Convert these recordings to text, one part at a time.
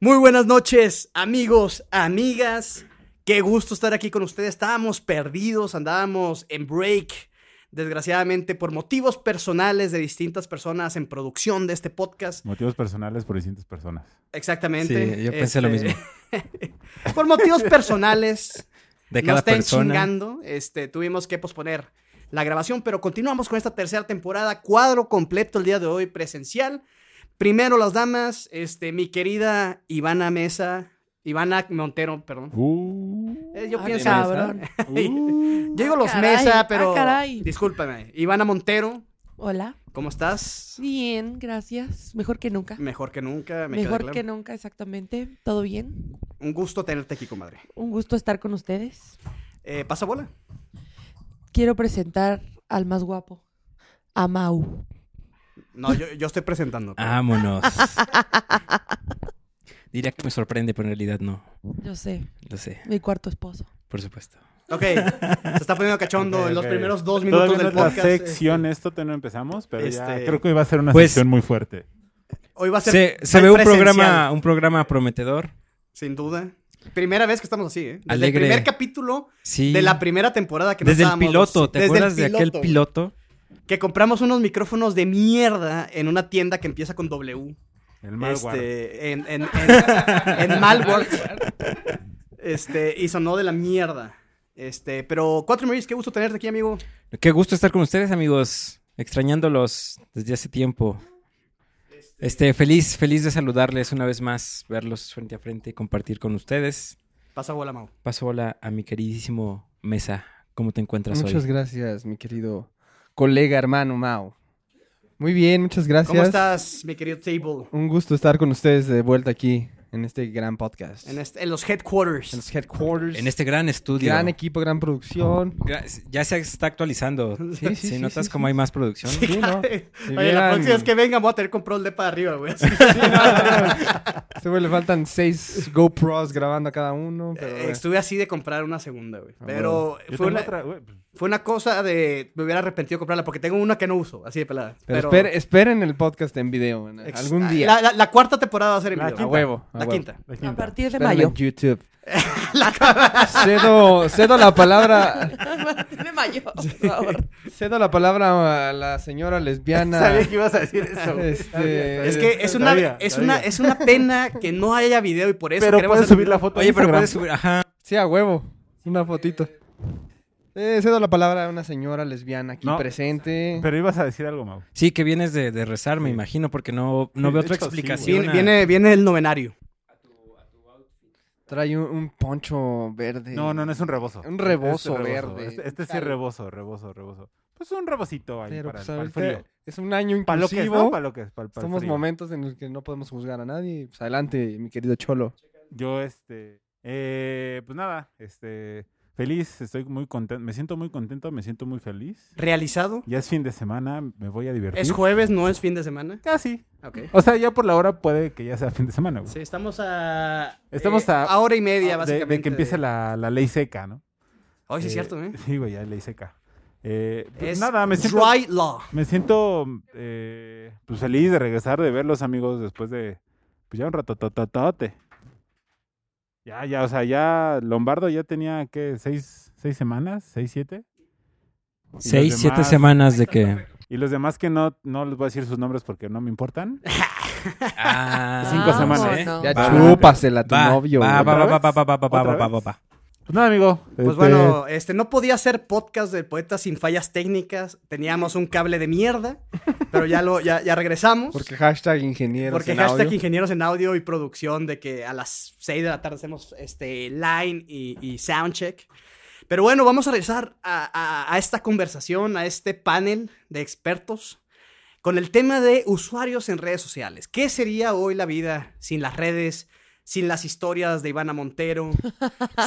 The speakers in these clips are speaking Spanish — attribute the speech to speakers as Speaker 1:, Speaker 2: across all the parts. Speaker 1: Muy buenas noches, amigos, amigas. Qué gusto estar aquí con ustedes. Estábamos perdidos, andábamos en break. Desgraciadamente, por motivos personales de distintas personas en producción de este podcast.
Speaker 2: Motivos personales por distintas personas.
Speaker 1: Exactamente. este,
Speaker 3: Sí, yo pensé lo mismo.
Speaker 1: por motivos personales.
Speaker 3: De
Speaker 1: no
Speaker 3: cada
Speaker 1: estén
Speaker 3: persona.
Speaker 1: chingando. Este, tuvimos que posponer la grabación, pero continuamos con esta tercera temporada. Cuadro completo el día de hoy, presencial. Primero las damas, este, mi querida Ivana Mesa, Ivana Montero, perdón.
Speaker 2: Uh,
Speaker 1: Eh, yo
Speaker 4: Ah,
Speaker 1: pienso.
Speaker 4: cabrón.
Speaker 1: yo digo los
Speaker 4: caray,
Speaker 1: Mesa,
Speaker 4: ah,
Speaker 1: pero.
Speaker 4: caray.
Speaker 1: discúlpame. Ivana Montero,
Speaker 4: Hola.
Speaker 1: ¿cómo estás?
Speaker 4: Bien, gracias. Mejor que nunca.
Speaker 1: Mejor que nunca, me queda
Speaker 4: Mejor
Speaker 1: claro.
Speaker 4: que nunca, exactamente. ¿Todo bien?
Speaker 1: Un gusto tenerte aquí, comadre.
Speaker 4: Un gusto estar con ustedes.
Speaker 1: Eh, pasa bola.
Speaker 4: Quiero presentar al más guapo, a Mau.
Speaker 1: No, yo, yo estoy presentando.
Speaker 3: Vámonos. Diría que me sorprende, pero en realidad no.
Speaker 4: Yo sé,
Speaker 3: Lo sé,
Speaker 4: mi cuarto esposo.
Speaker 3: por supuesto.
Speaker 1: Ok, se está poniendo cachondo
Speaker 2: Ok,
Speaker 1: en los
Speaker 2: ok.
Speaker 1: primeros dos minutos
Speaker 2: todavía no
Speaker 1: del
Speaker 2: es la
Speaker 1: podcast. eh.
Speaker 2: sección, esto te no empezamos, pero ya
Speaker 1: Este-
Speaker 2: creo que hoy va a ser una
Speaker 3: Pues-
Speaker 2: sección muy fuerte.
Speaker 1: Hoy va a ser.
Speaker 3: Se, se
Speaker 1: pre-
Speaker 3: ve un
Speaker 1: presencial,
Speaker 3: programa, un programa prometedor.
Speaker 1: Sin duda. Primera vez que estamos así, ¿eh? Desde
Speaker 3: Alegre.
Speaker 1: el primer capítulo
Speaker 3: Sí.
Speaker 1: de la primera temporada que no
Speaker 3: Desde el
Speaker 1: estábamos-
Speaker 3: piloto, ¿te
Speaker 1: desde el
Speaker 3: acuerdas de aquel
Speaker 1: güey.
Speaker 3: piloto?
Speaker 1: Que compramos unos micrófonos de mierda en una tienda que empieza con W.
Speaker 2: El malware.
Speaker 1: Este, en, en, en, en Malware. Este, y sonó de la mierda. Este, pero Cuatro Maris, qué gusto tenerte aquí, amigo.
Speaker 3: Qué gusto estar con ustedes, amigos. Extrañándolos desde hace tiempo. Este, feliz, feliz de saludarles una vez más, verlos frente a frente y compartir con ustedes.
Speaker 1: Pasa bola, Mau.
Speaker 3: Paso hola a mi queridísimo Mesa. ¿Cómo te encuentras
Speaker 5: Muchas
Speaker 3: hoy?
Speaker 5: gracias, mi querido colega, hermano Mao. Muy bien, muchas gracias.
Speaker 1: ¿Cómo estás, mi querido Table?
Speaker 5: Un gusto estar con ustedes de vuelta aquí en este gran podcast.
Speaker 1: En,
Speaker 5: En,
Speaker 1: este- en los headquarters.
Speaker 5: los headquarters.
Speaker 3: En este gran estudio.
Speaker 5: gran equipo, gran producción.
Speaker 3: Gra- Ya se está actualizando.
Speaker 5: Sí, sí,
Speaker 3: si
Speaker 5: sí,
Speaker 3: notas
Speaker 5: sí,
Speaker 3: cómo hay más producción.
Speaker 5: Sí, ¿no?
Speaker 1: Oye,
Speaker 5: Si
Speaker 1: la
Speaker 5: vieran-
Speaker 1: próxima vez que venga, voy a tener control de para arriba, güey. Así.
Speaker 5: Sí, no, no, no. Este güey le faltan seis GoPros grabando a cada uno. Pero,
Speaker 1: Eh,
Speaker 5: bueno.
Speaker 1: Estuve así de comprar una segunda, güey.
Speaker 5: Ah,
Speaker 1: Pero
Speaker 2: Yo
Speaker 1: fue,
Speaker 2: tengo
Speaker 1: una,
Speaker 2: otra, güey, pues,
Speaker 1: fue una cosa de. Me hubiera arrepentido comprarla porque tengo una que no uso, así de pelada.
Speaker 5: Pero
Speaker 1: Pero.
Speaker 5: espere- esperen el podcast en video. en-
Speaker 1: ex-
Speaker 5: algún
Speaker 1: ah,
Speaker 5: día.
Speaker 1: La, la- la cuarta temporada va a ser en
Speaker 2: La
Speaker 1: video.
Speaker 5: a
Speaker 2: quinta. Ah,
Speaker 5: huevo. a
Speaker 1: La
Speaker 5: huevo.
Speaker 1: quinta.
Speaker 2: la
Speaker 4: A
Speaker 2: quinta.
Speaker 4: partir de
Speaker 5: Espérenlo
Speaker 4: mayo.
Speaker 5: en YouTube. cedo, cedo la palabra
Speaker 4: A partir de mayo, por favor.
Speaker 5: cedo la palabra a la señora lesbiana.
Speaker 2: Sabía que ibas a decir eso. güey.
Speaker 5: Este,
Speaker 2: Sabía,
Speaker 1: Es
Speaker 2: sabía,
Speaker 1: que es una,
Speaker 2: sabía,
Speaker 1: es,
Speaker 2: sabía.
Speaker 1: una, es una pena que no haya video y por eso
Speaker 2: Pero
Speaker 1: queremos
Speaker 2: puedes
Speaker 1: hacer-
Speaker 2: subir la foto. a
Speaker 3: Oye, pero
Speaker 2: Instagram.
Speaker 3: puedes subir. Ajá.
Speaker 5: Sí, a huevo. Una fotito. Eh, cedo la palabra a una señora lesbiana aquí
Speaker 2: No.
Speaker 5: presente.
Speaker 2: Pero ibas a decir algo, Mau.
Speaker 3: Sí, que vienes de, de rezar, me imagino, porque no, no
Speaker 2: Sí,
Speaker 3: veo
Speaker 2: de
Speaker 3: otra
Speaker 2: hecho, sí, güey.
Speaker 3: explicación.
Speaker 1: Viene,
Speaker 3: a-
Speaker 1: viene, viene el novenario.
Speaker 5: Trae un, un poncho verde.
Speaker 2: No, no, no es un rebozo.
Speaker 5: Un rebozo
Speaker 2: Este
Speaker 5: verde.
Speaker 2: Este, este sí es rebozo, rebozo, rebozo. Pues un rebocito ahí
Speaker 5: Pero
Speaker 2: para, el-
Speaker 5: pues,
Speaker 2: para el
Speaker 5: ahorita
Speaker 2: frío.
Speaker 5: es un año
Speaker 2: Para lo que es,
Speaker 5: inclusivo.
Speaker 2: ¿no? Para lo que es, para- para el
Speaker 5: Somos
Speaker 2: frío.
Speaker 5: momentos en los que no podemos juzgar a nadie. Pues adelante, mi querido Cholo.
Speaker 2: Yo, este, eh, pues nada, este, feliz, estoy muy contento, me siento muy contento, me siento muy feliz.
Speaker 1: Realizado.
Speaker 2: Ya es fin de semana, me voy a divertir.
Speaker 1: Es jueves, no es fin de semana.
Speaker 2: Casi.
Speaker 1: Ok.
Speaker 2: O sea, ya por la hora puede que ya sea fin de semana, güey.
Speaker 1: Sí, estamos a.
Speaker 2: Estamos a-
Speaker 1: hora y media,
Speaker 2: Ah, de- de,
Speaker 1: básicamente.
Speaker 2: que empiece la, la ley seca, ¿no?
Speaker 1: Hoy sí
Speaker 2: Eh,
Speaker 1: es cierto, ¿eh?
Speaker 2: Sí, güey, ya ley seca. Eh, pues
Speaker 1: Es
Speaker 2: nada, me siento...
Speaker 1: Dry law.
Speaker 2: Me siento eh, pues feliz de regresar, de verlos amigos después de pues ya un ratototatote. Ya, ya, o sea, ya Lombardo ya tenía, ¿qué? ¿Seis, seis semanas? ¿Seis, siete? Y los
Speaker 3: Seis, siete
Speaker 2: demás-
Speaker 3: semanas de que.
Speaker 2: Y los demás que no, no les voy a decir sus nombres porque no me importan.
Speaker 3: Ah,
Speaker 2: Cinco semanas.
Speaker 3: ¿eh?
Speaker 4: Vámonos.
Speaker 5: Ya
Speaker 3: Va.
Speaker 5: chúpasela a tu
Speaker 3: Va,
Speaker 5: novio.
Speaker 3: va, va,
Speaker 5: güey.
Speaker 3: va, va,
Speaker 2: ¿Otra
Speaker 3: va, va, va,
Speaker 2: ¿Otra
Speaker 3: va, va,
Speaker 2: vez?
Speaker 3: va.
Speaker 2: Pues nada, amigo.
Speaker 1: Pues
Speaker 2: este,
Speaker 1: bueno, este no podía ser podcast del poeta sin fallas técnicas. Teníamos un cable de mierda, pero ya lo ya, ya regresamos.
Speaker 5: Porque hashtag ingeniero.
Speaker 1: Porque hashtag ingenieros en audio y producción de que a las 6 de la tarde hacemos este line y, y soundcheck. Pero bueno, vamos a regresar a, a- a esta conversación, a este panel de expertos con el tema de usuarios en redes sociales. ¿Qué sería hoy la vida sin las redes? Sin las historias de Ivana Montero,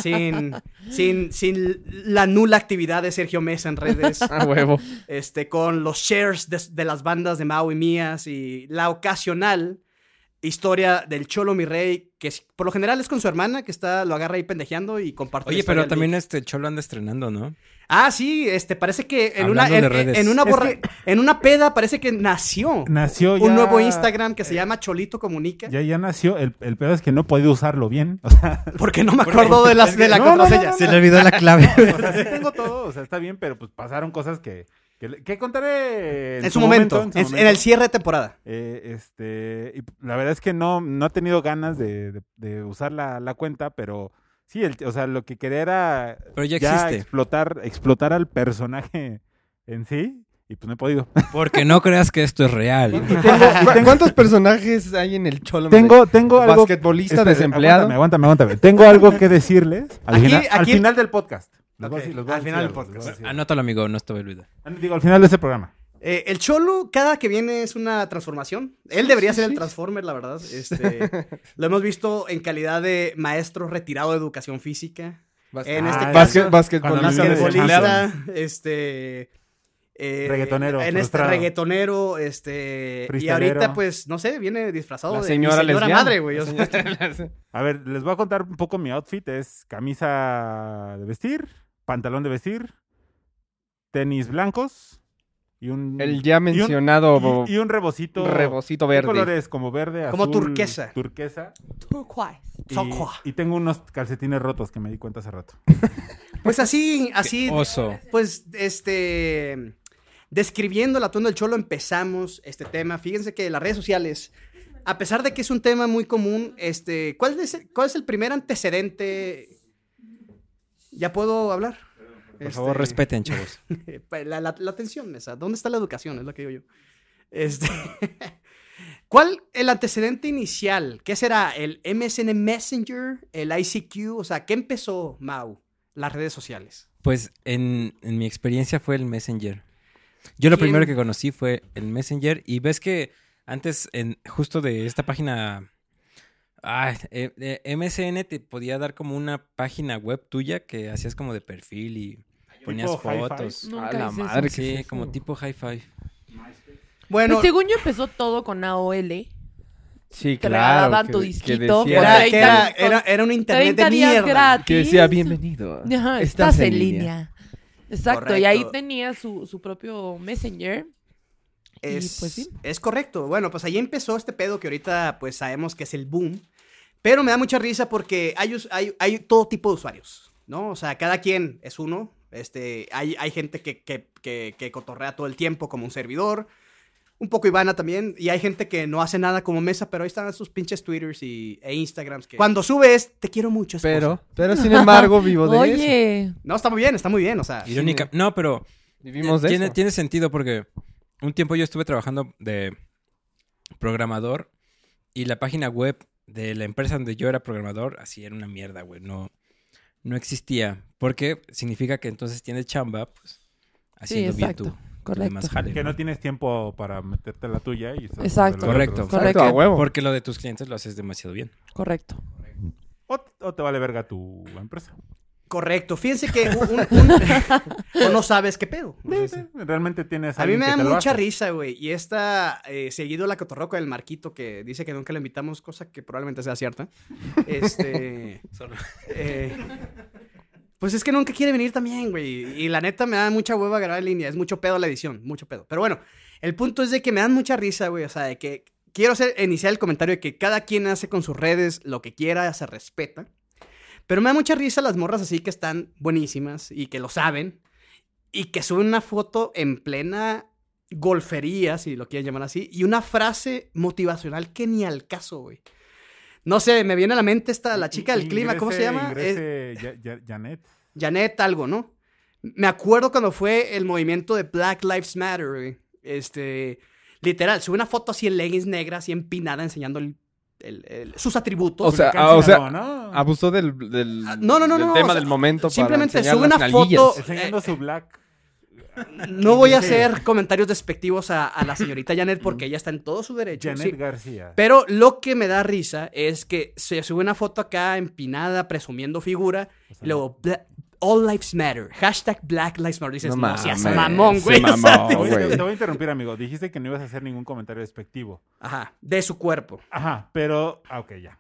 Speaker 1: sin, sin, sin la nula actividad de Sergio Mesa en redes
Speaker 5: A Ah, huevo.
Speaker 1: este, con los shares de, de las bandas de Mau y mías y la ocasional historia del Cholo mi rey, que es- por lo general es con su hermana, que está, lo agarra ahí pendejeando y comparte. la
Speaker 3: Oye,
Speaker 1: historia
Speaker 3: pero
Speaker 1: al
Speaker 3: también
Speaker 1: Vic.
Speaker 3: este Cholo anda estrenando, ¿no?
Speaker 1: Ah, sí, este, parece que en una, en,
Speaker 3: Hablando de redes.
Speaker 1: en una
Speaker 2: Es
Speaker 1: borra- en una peda parece que nació
Speaker 2: Nació ya. eh,
Speaker 1: un nuevo Instagram que se llama Cholito Comunica.
Speaker 2: Ya, ya nació. El, el pedo es que no he podido usarlo bien. O sea,
Speaker 1: Porque no me acuerdo de, las, de la
Speaker 2: No, no, no,
Speaker 1: contraseña.
Speaker 2: no, no.
Speaker 6: Se le olvidó la clave.
Speaker 2: o sea, sí Pues tengo todo. O sea, está bien, pero pues pasaron cosas que. Que, le- que contaré
Speaker 1: En, su momento, en, en el
Speaker 2: momento.
Speaker 1: cierre de temporada.
Speaker 2: Eh, este, y la verdad es que no, no he tenido ganas de, de- de usar la, la cuenta, pero sí, el, o sea, lo que quería era
Speaker 3: Pero ya
Speaker 2: ya
Speaker 3: existe.
Speaker 2: explotar, explotar al personaje en sí, y pues no he podido.
Speaker 3: Porque no creas que esto es real.
Speaker 5: Y tengo- ¿cu- ¿Cuántos personajes hay en el Cholo?
Speaker 2: Tengo, tengo algo.
Speaker 5: basquetbolista
Speaker 2: espérate,
Speaker 5: desempleado.
Speaker 2: Aguántame, aguántame, aguántame. Tengo algo que decirles al,
Speaker 1: Aquí-
Speaker 2: final, al
Speaker 1: aquí-
Speaker 2: final del podcast. Los voy a
Speaker 1: Ok,
Speaker 2: decir, los voy a
Speaker 1: al
Speaker 2: decir
Speaker 1: final
Speaker 2: algo,
Speaker 1: del
Speaker 2: los voy a
Speaker 1: podcast. Ah,
Speaker 2: decir.
Speaker 3: Anótalo, amigo, no te voy a olvidar.
Speaker 2: Digo, al final de este programa.
Speaker 1: Eh, el Cholo, cada que viene es una transformación. Él debería
Speaker 5: sí,
Speaker 1: ser el
Speaker 5: sí.
Speaker 1: Transformer, la verdad. Este, lo hemos visto en calidad de maestro retirado de educación física. En este
Speaker 2: Ah,
Speaker 1: caso,
Speaker 5: Basque-
Speaker 2: Cuando
Speaker 5: basquetbolista.
Speaker 2: me olvidé de
Speaker 5: desempleado.
Speaker 1: basquetbolista, este... eh,
Speaker 2: Reggaetonero,
Speaker 1: En este
Speaker 2: frustrado.
Speaker 1: reggaetonero, este... Y
Speaker 2: Fristelero.
Speaker 1: ahorita, pues, no sé, viene disfrazado
Speaker 5: La
Speaker 1: de
Speaker 5: señora,
Speaker 1: mi señora
Speaker 5: lesbiana.
Speaker 1: madre, güey. o sea,
Speaker 2: A ver, les voy a contar un poco mi outfit. Es camisa de vestir, pantalón de vestir, tenis blancos y un...
Speaker 5: El ya
Speaker 2: y un-
Speaker 5: mencionado bo-
Speaker 2: Y, y un rebocito...
Speaker 5: rebocito
Speaker 2: ¿Qué
Speaker 5: verde.
Speaker 2: colores como verde,
Speaker 1: Como
Speaker 2: azul,
Speaker 1: turquesa.
Speaker 2: Turquesa.
Speaker 4: Turquoise.
Speaker 2: Y,
Speaker 1: Socoa.
Speaker 2: y tengo unos calcetines rotos que me di cuenta hace rato.
Speaker 1: Pues así, así...
Speaker 3: Oso.
Speaker 1: Pues, este, describiendo el atuendo del cholo, empezamos este tema. Fíjense que las redes sociales, a pesar de que es un tema muy común, este, ¿cuál es, cuál es el primer antecedente? ¿Ya puedo hablar? Pues, Este,
Speaker 3: Por favor, respeten, chavos.
Speaker 1: La, la- la atención, Mesa. ¿Dónde está la educación? Es lo que digo yo. Este, ¿Cuál el antecedente inicial? ¿Qué será? ¿El MSN Messenger? ¿El ICQ? O sea, ¿qué empezó, Mau? Las redes sociales.
Speaker 3: Pues en, en mi experiencia fue el Messenger. Yo lo
Speaker 1: ¿Quién?
Speaker 3: primero que conocí fue el Messenger y ves que antes en justo de esta página ah, eh, eh, MSN te podía dar como una página web tuya que hacías como de perfil y ponías
Speaker 2: Tipo hi-fi.
Speaker 3: fotos.
Speaker 4: Nunca
Speaker 5: A la
Speaker 4: hice
Speaker 5: madre.
Speaker 4: eso.
Speaker 3: Sí,
Speaker 5: ¿qué es
Speaker 3: como
Speaker 5: eso?
Speaker 3: tipo hi-fi.
Speaker 1: Bueno,
Speaker 4: Pues según yo empezó todo con AOL.
Speaker 5: Sí,
Speaker 4: Te
Speaker 5: claro.
Speaker 4: regalaban
Speaker 5: que-
Speaker 4: tu
Speaker 5: que
Speaker 4: disquito
Speaker 5: decía-
Speaker 1: era,
Speaker 4: por
Speaker 1: que era,
Speaker 4: 30
Speaker 1: era- era un internet
Speaker 4: 30
Speaker 1: de
Speaker 4: días
Speaker 1: mierda.
Speaker 4: gratis.
Speaker 5: Que decía, bienvenido.
Speaker 4: Ajá, estás, en línea. Exacto, y ahí
Speaker 1: Correcto.
Speaker 4: tenía su, su propio Messenger. Y,
Speaker 1: Es,
Speaker 4: pues, sí.
Speaker 1: es correcto. Bueno, pues ahí empezó este pedo que ahorita pues sabemos que es el boom. Pero me da mucha risa porque hay, us- hay, hay todo tipo de usuarios, ¿no? O sea, cada quien es uno. Este, hay, hay gente que, que, que- que cotorrea todo el tiempo como un servidor. Un poco Ivana también. Y hay gente que no hace nada como mesa, pero ahí están sus pinches Twitters y, e Instagrams. Que... Cuando subes, te quiero mucho. esposa".
Speaker 5: Pero, pero sin embargo, vivo de eso.
Speaker 4: Oye,
Speaker 1: No, está muy bien, está muy bien. O sea,
Speaker 3: Irónica. No, pero
Speaker 5: Vivimos de
Speaker 3: tiene,
Speaker 5: eso.
Speaker 3: tiene sentido porque un tiempo yo estuve trabajando de programador y la página web de la empresa donde yo era programador, así era una mierda, güey. No, no existía. Porque significa que entonces tienes chamba, pues, haciendo bien
Speaker 4: exacto,
Speaker 3: tu tu
Speaker 4: correcto.
Speaker 3: demás jale,
Speaker 2: Que
Speaker 3: ¿no?
Speaker 2: no tienes tiempo para meterte la tuya. Y estás haciendo
Speaker 4: Exacto.
Speaker 2: la otra.
Speaker 3: Correcto.
Speaker 4: Correcto.
Speaker 5: Exacto, a huevo.
Speaker 3: Porque lo de tus clientes lo haces demasiado bien.
Speaker 4: correcto.
Speaker 2: O, o te vale verga tu empresa.
Speaker 1: Correcto. Fíjense que un- un- o no sabes qué pedo. O sea, sí.
Speaker 2: Pues, Realmente tienes
Speaker 1: A mí
Speaker 2: alguien
Speaker 1: me
Speaker 2: que
Speaker 1: da
Speaker 2: te lo
Speaker 1: mucha
Speaker 2: hace.
Speaker 1: risa, güey. Y esta, eh, seguido la cotorreo con el Marquito, que dice que nunca le invitamos, cosa que probablemente sea cierta. Este. eh, pues es que nunca quiere venir también, güey. Y la neta me da mucha hueva grabar en línea. Es mucho pedo la edición, mucho pedo. Pero bueno, el punto es de que me dan mucha risa, güey. O sea, de que quiero hacer, iniciar el comentario de que cada quien hace con sus redes lo que quiera, se respeta. Pero me da mucha risa las morras así que están buenísimas y que lo saben. Y que suben una foto en plena golfería, si lo quieren llamar así. Y una frase motivacional que ni al caso, güey. No sé, me viene a la mente esta, la chica del clima, ¿cómo se
Speaker 2: Ingrese-
Speaker 1: llama? Es-
Speaker 2: ingrese Ya- Ya- Janet.
Speaker 1: Janet algo, ¿no? Me acuerdo cuando fue el movimiento de Black Lives Matter, güey. Este, literal, sube una foto así en leggings negras, así empinada, enseñando el- el- el- sus atributos.
Speaker 5: O sea,
Speaker 2: Volcán
Speaker 5: ah, o sea,
Speaker 2: Sinaloa, ¿no?
Speaker 5: Abusó del, del,
Speaker 1: Ah, no, no, no,
Speaker 5: del
Speaker 1: no,
Speaker 5: tema
Speaker 1: o sea,
Speaker 5: del momento. para
Speaker 1: simplemente
Speaker 5: enseñar
Speaker 1: sube
Speaker 5: las
Speaker 1: una
Speaker 5: nalguillas.
Speaker 1: foto.
Speaker 2: Enseñando su black.
Speaker 1: no voy a
Speaker 2: Sí.
Speaker 1: hacer comentarios despectivos a, a la señorita Janet porque ella está en todo su derecho.
Speaker 2: Janet
Speaker 1: sí.
Speaker 2: García.
Speaker 1: Pero lo que me da risa es que se sube una foto acá empinada, presumiendo figura,
Speaker 2: O sea,
Speaker 1: y luego Bla- All Lives Matter, hashtag Black Lives Matter. Dices,
Speaker 5: No
Speaker 1: no, seas
Speaker 5: mames,
Speaker 1: mamón,
Speaker 5: se
Speaker 1: güey. o sea,
Speaker 5: mamó,
Speaker 1: dices-
Speaker 5: Oh, güey.
Speaker 2: Te voy a interrumpir, amigo. Dijiste que no ibas a hacer ningún comentario despectivo.
Speaker 1: Ajá, de su cuerpo.
Speaker 2: Ajá, pero. Ah, ok, ya.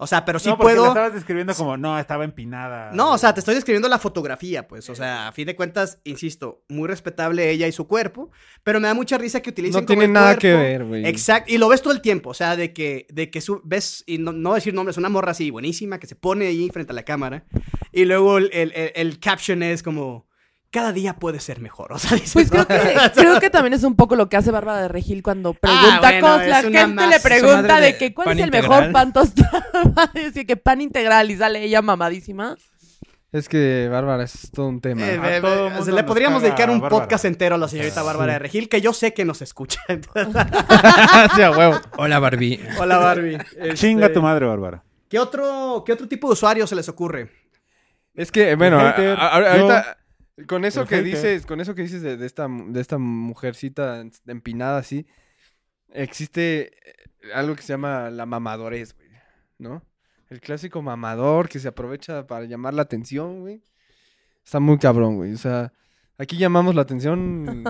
Speaker 1: O sea, pero sí
Speaker 2: no, porque La
Speaker 1: puedo.
Speaker 2: estabas describiendo como, no, estaba empinada.
Speaker 1: No, o sea, te estoy describiendo la fotografía, pues. O sea, a fin de cuentas, insisto, muy respetable ella y su cuerpo. Pero me da mucha risa que utilicen
Speaker 5: No
Speaker 1: como
Speaker 5: tiene
Speaker 1: el
Speaker 5: nada que
Speaker 1: cuerpo-
Speaker 5: ver, güey.
Speaker 1: Exacto, y lo ves todo el tiempo, o sea, de que, de que su- ves, y no, no decir nombres, una morra así buenísima que se pone ahí frente a la cámara, y luego el, el- el- el caption es como, cada día puede ser mejor, o sea, dices,
Speaker 4: Pues creo
Speaker 1: "No".
Speaker 4: que, creo que también es un poco lo que hace Bárbara de Regil cuando pregunta
Speaker 1: bueno,
Speaker 4: cosas. La
Speaker 1: es una
Speaker 4: gente
Speaker 1: mas-
Speaker 4: le
Speaker 1: esa
Speaker 4: pregunta
Speaker 3: madre
Speaker 4: de
Speaker 3: de
Speaker 4: que cuál
Speaker 3: pan
Speaker 4: es el mejor
Speaker 3: integral.
Speaker 4: pan tostado. Va a decir que pan integral y sale ella mamadísima.
Speaker 5: Es que Bárbara es todo un tema.
Speaker 1: Eh,
Speaker 2: A
Speaker 1: eh,
Speaker 2: todo
Speaker 1: eh,
Speaker 2: mundo
Speaker 1: o sea, le
Speaker 2: nos
Speaker 1: podríamos
Speaker 2: caga
Speaker 1: dedicar un
Speaker 2: Bárbara.
Speaker 1: podcast entero a la señorita Bárbara de Regil, que yo sé que nos escucha.
Speaker 5: Sí, a huevo.
Speaker 3: Hola, Barbie.
Speaker 1: Hola Barbie.
Speaker 2: Chinga
Speaker 1: Este,
Speaker 2: tu madre, Bárbara.
Speaker 1: ¿Qué otro, ¿Qué otro tipo de usuario se les ocurre?
Speaker 5: Es que, bueno,
Speaker 2: El hater,
Speaker 5: a- a- a- ahorita, con eso
Speaker 2: el
Speaker 5: que
Speaker 2: hater.
Speaker 5: dices, con eso que dices de, de esta, de esta mujercita empinada así, existe eh, algo que se llama la mamadorez, güey, ¿no? El clásico mamador que se aprovecha para llamar la atención, güey. Está muy cabrón, güey. O sea, aquí llamamos la atención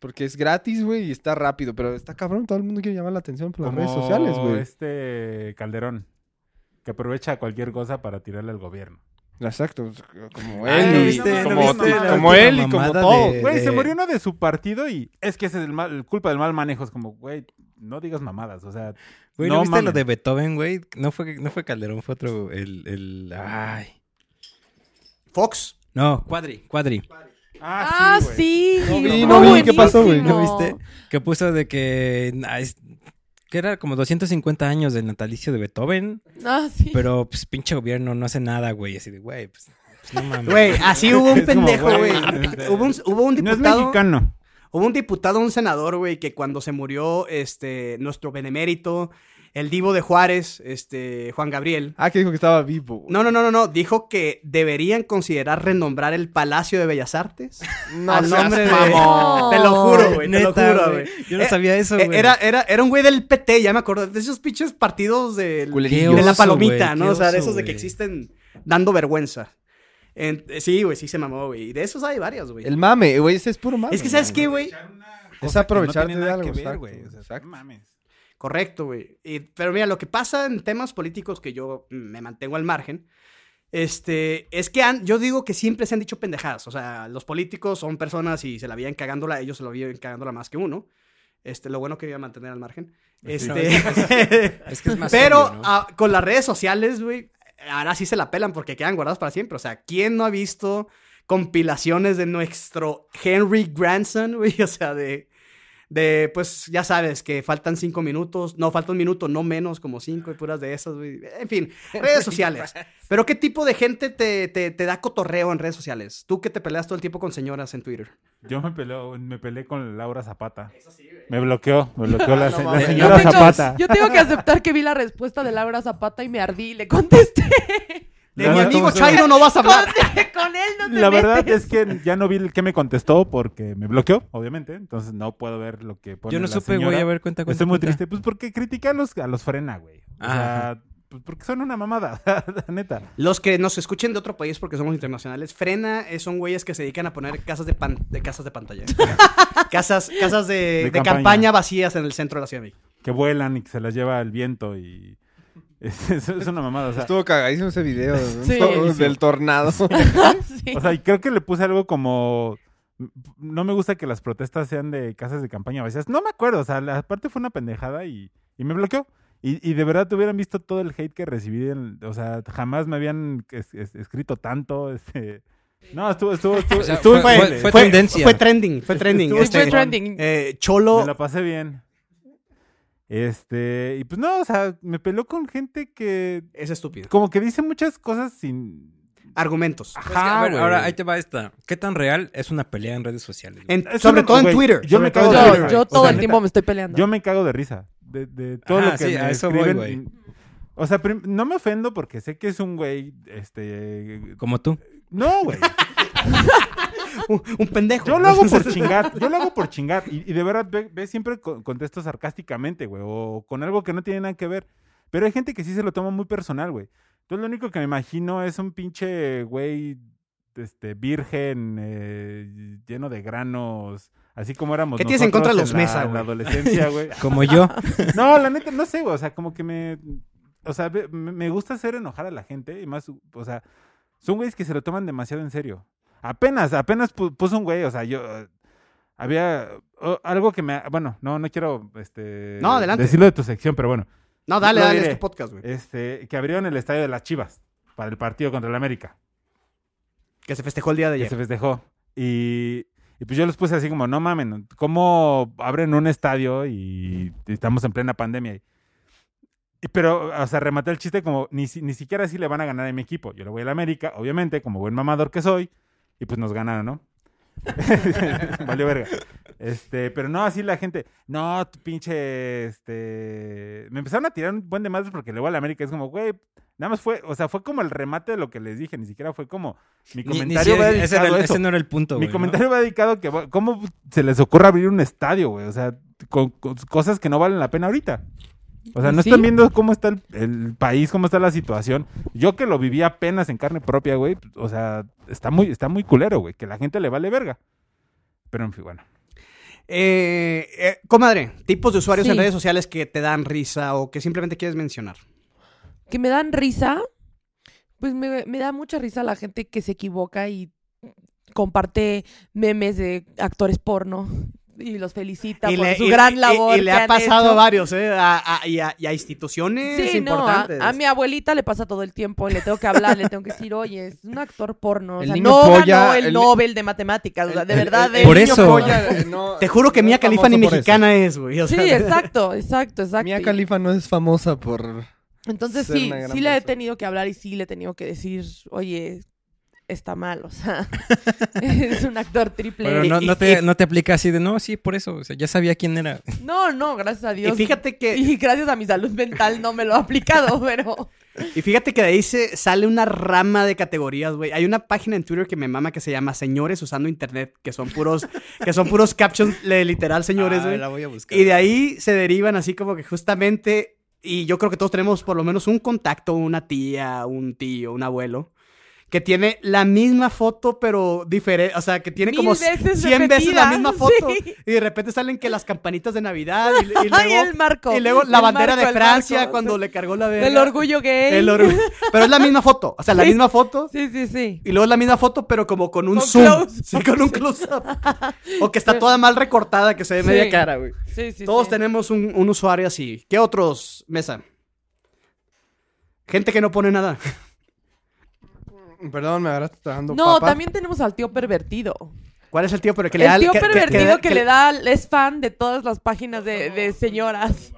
Speaker 5: porque es gratis, güey, y está rápido, pero está cabrón, todo el mundo quiere llamar la atención por las redes
Speaker 2: Como
Speaker 5: sociales, güey.
Speaker 2: Este Calderón, que aprovecha cualquier cosa para tirarle al gobierno.
Speaker 5: Exacto, como
Speaker 3: Ah,
Speaker 5: él,
Speaker 3: ¿lo
Speaker 5: y-
Speaker 3: viste? ¿lo
Speaker 5: como,
Speaker 3: viste? La
Speaker 5: como
Speaker 3: última
Speaker 5: él y como
Speaker 3: mamada
Speaker 5: todos,
Speaker 3: de-
Speaker 5: güey.
Speaker 2: Güey, se murió uno de su partido y es que ese es el mal, el culpa del mal manejo. Es como, güey, no digas mamadas. O sea,
Speaker 3: Güey,
Speaker 2: No
Speaker 3: ¿no viste lo
Speaker 2: mames.
Speaker 3: de Beethoven, güey? No fue, no fue Calderón, fue otro, el, el, ay.
Speaker 1: Fox.
Speaker 3: No, Cuadri, Cuadri.
Speaker 4: Ah, sí.
Speaker 5: No vi,
Speaker 4: Estuvo
Speaker 5: no vi, ¿qué pasó, güey?
Speaker 4: buenísimo.
Speaker 3: ¿No viste? Oh. Que puso de que, ah, es- que era como 250 años del natalicio de Beethoven,
Speaker 4: Ah, sí.
Speaker 3: pero pues pinche gobierno no hace nada, güey. Así de, güey, pues, pues, no mames.
Speaker 1: Güey, así hubo un
Speaker 2: Es como,
Speaker 1: pendejo, güey.
Speaker 2: güey, este-
Speaker 1: Hubo un, hubo un
Speaker 2: No es
Speaker 1: diputado.
Speaker 2: mexicano.
Speaker 1: Hubo un diputado, un senador, güey, que cuando se murió, este, nuestro benemérito, el divo de Juárez, este, Juan Gabriel.
Speaker 5: Ah, que dijo que estaba vivo. güey.
Speaker 1: No, no, no, no, no. Dijo que deberían considerar renombrar el Palacio de Bellas Artes.
Speaker 5: No
Speaker 1: al
Speaker 5: seas
Speaker 1: nombre de-
Speaker 5: mamón.
Speaker 1: Te lo juro, güey. Te lo
Speaker 3: Neta,
Speaker 1: juro,
Speaker 3: güey.
Speaker 1: güey.
Speaker 3: Yo no
Speaker 1: Eh,
Speaker 3: sabía eso,
Speaker 1: Eh,
Speaker 3: güey.
Speaker 1: Era, era, era un güey del PT, ya me acuerdo. De esos pinches partidos del- de,
Speaker 5: Culerillos.
Speaker 1: la
Speaker 3: Qué oso,
Speaker 1: palomita,
Speaker 3: güey,
Speaker 1: ¿no?
Speaker 3: qué
Speaker 1: o sea, de
Speaker 3: oso,
Speaker 1: esos de que
Speaker 3: güey.
Speaker 1: existen dando vergüenza. En- eh, sí, güey, sí se mamó, güey. Y de esos hay varios, güey.
Speaker 5: El mame, güey, ese es puro mame.
Speaker 1: Es que, ¿sabes qué, güey?
Speaker 5: Es aprovecharte de algo,
Speaker 2: que ver,
Speaker 5: exacto,
Speaker 2: güey. O sea,
Speaker 5: exacto.
Speaker 2: no mames.
Speaker 1: Correcto, güey. Y- Pero mira, lo que pasa en temas políticos que yo mm, me mantengo al margen, este, es que han- yo digo que siempre se han dicho pendejadas. O sea, los políticos son personas y se la vienen cagándola, ellos se la vienen cagándola más que uno. Este, lo bueno que voy a mantener al margen.
Speaker 3: Sí.
Speaker 1: Este,
Speaker 3: Es que es más
Speaker 1: pero
Speaker 3: obvio, ¿no?
Speaker 1: ah, con las redes sociales, güey, ahora sí se la pelan porque quedan guardados para siempre. O sea, ¿quién no ha visto compilaciones de nuestro Henry Grandson, güey? O sea, de, de, pues, ya sabes, que faltan cinco minutos, no, falta un minuto, no menos, como cinco y puras de esas, güey. En fin, redes sociales. Pero, ¿qué tipo de gente te, te, te da cotorreo en redes sociales? Tú que te peleas todo el tiempo con señoras en Twitter.
Speaker 2: Yo me peleé, me peleé con Laura Zapata. Me bloqueó, me bloqueó la, se- la
Speaker 5: mames.
Speaker 2: señora
Speaker 4: yo, tengo,
Speaker 2: Zapata.
Speaker 4: yo tengo que aceptar que vi la respuesta de Laura Zapata y me ardí y le contesté.
Speaker 1: De
Speaker 2: Ya
Speaker 1: mi
Speaker 2: ves
Speaker 1: amigo
Speaker 2: cómo soy.
Speaker 1: Chairo no vas a
Speaker 4: Con,
Speaker 1: hablar.
Speaker 4: con él no te
Speaker 2: La verdad
Speaker 4: metes.
Speaker 2: es que ya no vi el que me contestó porque me bloqueó, obviamente. Entonces no puedo ver lo que pone
Speaker 3: Yo no
Speaker 2: la
Speaker 3: supe, güey,
Speaker 2: señora.
Speaker 3: a ver, cuenta, cuenta.
Speaker 2: Estoy muy
Speaker 3: cuenta. Ah,
Speaker 2: triste. Pues porque critica a los, a los frena, güey. O sea, pues porque son una mamada, la neta.
Speaker 1: Los que nos escuchen de otro país porque somos internacionales, Frena eh, son güeyes que se dedican a poner casas de, pan- de casas de pantalla. casas casas de, de campaña.
Speaker 2: campaña.
Speaker 1: vacías en el centro de la Ciudad de México.
Speaker 2: Que vuelan y que se las lleva el viento y... Es, es- es una mamada, o sea...
Speaker 5: Estuvo cagadísimo ese video ¿no?
Speaker 4: Sí.
Speaker 5: Todo del tornado.
Speaker 4: Sí.
Speaker 2: O sea, y creo que le puse algo como... No me gusta que las protestas sean de casas de campaña vacías. No me acuerdo, o sea, la parte fue una pendejada y, y me bloqueó. Y, y de verdad te hubieran visto todo el hate que recibí. en- o sea, jamás me habían es- es- escrito tanto. Este... No, estuvo, estuvo, estuvo,
Speaker 3: O sea,
Speaker 2: estuvo
Speaker 3: fue-
Speaker 2: increíble.
Speaker 3: fue-
Speaker 1: Fue,
Speaker 3: tendencia.
Speaker 1: fue trending, fue trending.
Speaker 2: Estuvo
Speaker 4: Sí, fue
Speaker 1: este,
Speaker 4: trending.
Speaker 1: eh,
Speaker 2: Me
Speaker 1: Cholo,
Speaker 2: la pasé bien. Este, y pues no, o sea, me peló con gente que
Speaker 1: es estúpido.
Speaker 2: como que dice muchas cosas sin...
Speaker 1: Argumentos.
Speaker 2: Ah,
Speaker 3: Pues que, a ver,
Speaker 2: güey.
Speaker 3: ahora ahí te va esta. ¿Qué tan real es una pelea en redes sociales? güey?
Speaker 1: En-
Speaker 2: Es
Speaker 1: sobre
Speaker 2: una-
Speaker 1: todo en
Speaker 2: güey,
Speaker 1: Twitter.
Speaker 2: yo me
Speaker 1: sobre todo en
Speaker 2: cago de
Speaker 4: yo,
Speaker 1: Twitter.
Speaker 2: risa,
Speaker 4: yo
Speaker 2: güey.
Speaker 4: todo
Speaker 2: O sea,
Speaker 4: el
Speaker 2: neta,
Speaker 4: tiempo me estoy peleando.
Speaker 2: Yo me cago de risa. De, de todo
Speaker 3: Ajá,
Speaker 2: lo que
Speaker 3: sí,
Speaker 2: me
Speaker 3: a eso voy,
Speaker 2: escriben.
Speaker 3: güey.
Speaker 2: o sea, prim- no me ofendo porque sé que es un güey, este...
Speaker 3: Como tú.
Speaker 2: No, güey.
Speaker 1: Un, un pendejo.
Speaker 2: Yo lo hago por chingar. Yo lo hago por chingar. Y, y de verdad, ve, ve siempre co- contesto sarcásticamente, güey. O con algo que no tiene nada que ver. Pero hay gente que sí se lo toma muy personal, güey. Entonces lo único que me imagino es un pinche güey este, virgen, eh, lleno de granos, así como éramos
Speaker 1: ¿Qué tienes en
Speaker 2: nosotros
Speaker 1: contra de los
Speaker 2: la-
Speaker 1: mesa,
Speaker 2: en la
Speaker 1: güey?
Speaker 2: adolescencia, güey.
Speaker 3: Como yo.
Speaker 2: No, la neta, no sé, güey. O sea, como que me. O sea, ve- me me gusta hacer enojar a la gente. Y más, o sea, son güeyes que se lo toman demasiado en serio. Apenas, apenas pu- puso un güey. O sea, yo. eh, Había o- algo que me. Bueno, no, no quiero. Este,
Speaker 1: No, adelante.
Speaker 2: Decirlo de tu sección, pero bueno.
Speaker 1: No, dale,
Speaker 2: Lo
Speaker 1: dale,
Speaker 2: diré.
Speaker 1: este podcast, güey.
Speaker 2: Este, que abrieron el estadio de las Chivas para el partido contra el América.
Speaker 1: Que se festejó el día de
Speaker 2: que
Speaker 1: ayer.
Speaker 2: se festejó. Y, y pues yo los puse así como, no mamen, ¿cómo abren un estadio y estamos en plena pandemia? Y, pero, o sea, rematé el chiste como, ni, si- ni siquiera así le van a ganar a mi equipo. Yo le voy al América, obviamente, como buen mamador que soy, y pues nos ganaron, ¿no? Valió verga. Este, pero no, así la gente, no, tu pinche, este... Me empezaron a tirar un buen de madres porque le voy al América. Es como, güey, nada más fue, o sea, fue como el remate de lo que les dije. Ni siquiera fue como mi
Speaker 3: Ni- ni
Speaker 2: comentario va
Speaker 3: siquiera- ese, era
Speaker 2: dedicado
Speaker 3: el-
Speaker 2: a eso.
Speaker 3: ese no era el punto,
Speaker 2: Mi
Speaker 3: güey, ¿no?
Speaker 2: comentario va dedicado a que, va- ¿cómo se les ocurre abrir un estadio, güey? O sea, con, con cosas que no valen la pena ahorita. O sea, no
Speaker 4: Sí.
Speaker 2: están viendo cómo está el, el país, cómo está la situación. Yo que lo viví apenas en carne propia, güey. O sea, está muy, está muy culero, güey. Que la gente le vale verga. Pero en fin, bueno.
Speaker 1: Eh, eh, comadre, tipos de usuarios en
Speaker 4: Sí.
Speaker 1: redes sociales que te dan risa o que simplemente quieres mencionar.
Speaker 4: que me dan risa, pues me, me da mucha risa la gente que se equivoca y comparte memes de actores porno y los felicita por su
Speaker 1: y- y-
Speaker 4: gran labor.
Speaker 1: y le
Speaker 4: que
Speaker 1: ha
Speaker 4: han
Speaker 1: pasado
Speaker 4: hecho.
Speaker 1: a varios, ¿eh? A, a- y, a, y a instituciones
Speaker 4: Sí, no, a,
Speaker 1: importantes.
Speaker 4: a mi abuelita le pasa todo el tiempo, le tengo que hablar, le tengo que decir, oye, es un actor porno, o
Speaker 5: El
Speaker 4: sea,
Speaker 5: niño
Speaker 4: no
Speaker 5: polla,
Speaker 4: ganó el,
Speaker 5: el ni-
Speaker 4: Nobel de matemáticas, o sea, de
Speaker 5: El- el-
Speaker 4: verdad.
Speaker 5: el
Speaker 4: es-
Speaker 3: Por
Speaker 5: niño
Speaker 3: eso.
Speaker 5: polla, eh, no-
Speaker 1: Te juro que
Speaker 5: no
Speaker 1: Mía
Speaker 5: es
Speaker 1: Califa ni
Speaker 5: famoso por eso.
Speaker 1: mexicana es, güey. o
Speaker 4: Sí,
Speaker 1: sea.
Speaker 4: exacto, exacto, exacto.
Speaker 5: Mía
Speaker 4: Y-
Speaker 5: Califa no es famosa por.
Speaker 4: Entonces
Speaker 5: ser
Speaker 4: sí,
Speaker 5: una gran
Speaker 4: sí le he
Speaker 5: persona.
Speaker 4: tenido que hablar y sí le he tenido que decir, oye, está mal, o sea, es un actor triple.
Speaker 3: Pero no, no te, no te aplica así de, no, sí, por eso. O sea, ya sabía quién era.
Speaker 4: No, no, gracias a
Speaker 1: Y
Speaker 4: Dios.
Speaker 1: fíjate que
Speaker 4: Y gracias a mi salud mental no me lo ha aplicado, pero...
Speaker 1: Y fíjate que de ahí se sale una rama de categorías, güey. Hay una página en Twitter que me mama que se llama Señores usando internet, que son puros, que son puros captions de literal señores,
Speaker 3: Ah,
Speaker 1: güey.
Speaker 3: la voy a buscar.
Speaker 1: Y de ahí se derivan así como que justamente, y yo creo que todos tenemos por lo menos un contacto, una tía, un tío, un abuelo, que tiene la misma foto, pero diferente, o sea, que tiene
Speaker 4: Mil
Speaker 1: como
Speaker 4: veces
Speaker 1: 100 veces la
Speaker 4: repetida,
Speaker 1: misma foto.
Speaker 4: sí.
Speaker 1: Y de repente salen que las campanitas de Navidad y, y
Speaker 4: Ay,
Speaker 1: luego...
Speaker 4: el marco.
Speaker 1: Y luego la
Speaker 4: el
Speaker 1: bandera
Speaker 4: marco,
Speaker 1: de
Speaker 4: el
Speaker 1: Francia
Speaker 4: marco,
Speaker 1: cuando
Speaker 4: sí.
Speaker 1: le cargó la verga.
Speaker 4: Del orgullo gay.
Speaker 1: El orgullo. Pero es la misma foto. O sea, la
Speaker 4: Sí.
Speaker 1: misma foto.
Speaker 4: Sí, sí, sí.
Speaker 1: Y luego es la misma foto, pero como con un
Speaker 4: Con
Speaker 1: zoom.
Speaker 4: close-up.
Speaker 1: Sí, con un close-up. O que está
Speaker 4: Sí.
Speaker 1: toda mal recortada, que se ve
Speaker 4: Sí.
Speaker 1: media cara, güey.
Speaker 4: Sí, sí,
Speaker 1: Todos
Speaker 4: sí.
Speaker 1: tenemos un, un usuario así. ¿Qué otros, Mesa? Gente que no pone nada.
Speaker 5: Perdón, me agarraste trabajando.
Speaker 4: No,
Speaker 5: papá.
Speaker 4: también tenemos al tío pervertido.
Speaker 1: ¿Cuál es el tío? Pero que le da
Speaker 4: El tío
Speaker 1: que- que-
Speaker 4: pervertido que,
Speaker 1: que-
Speaker 4: le da, es fan de todas las páginas de, de señoras.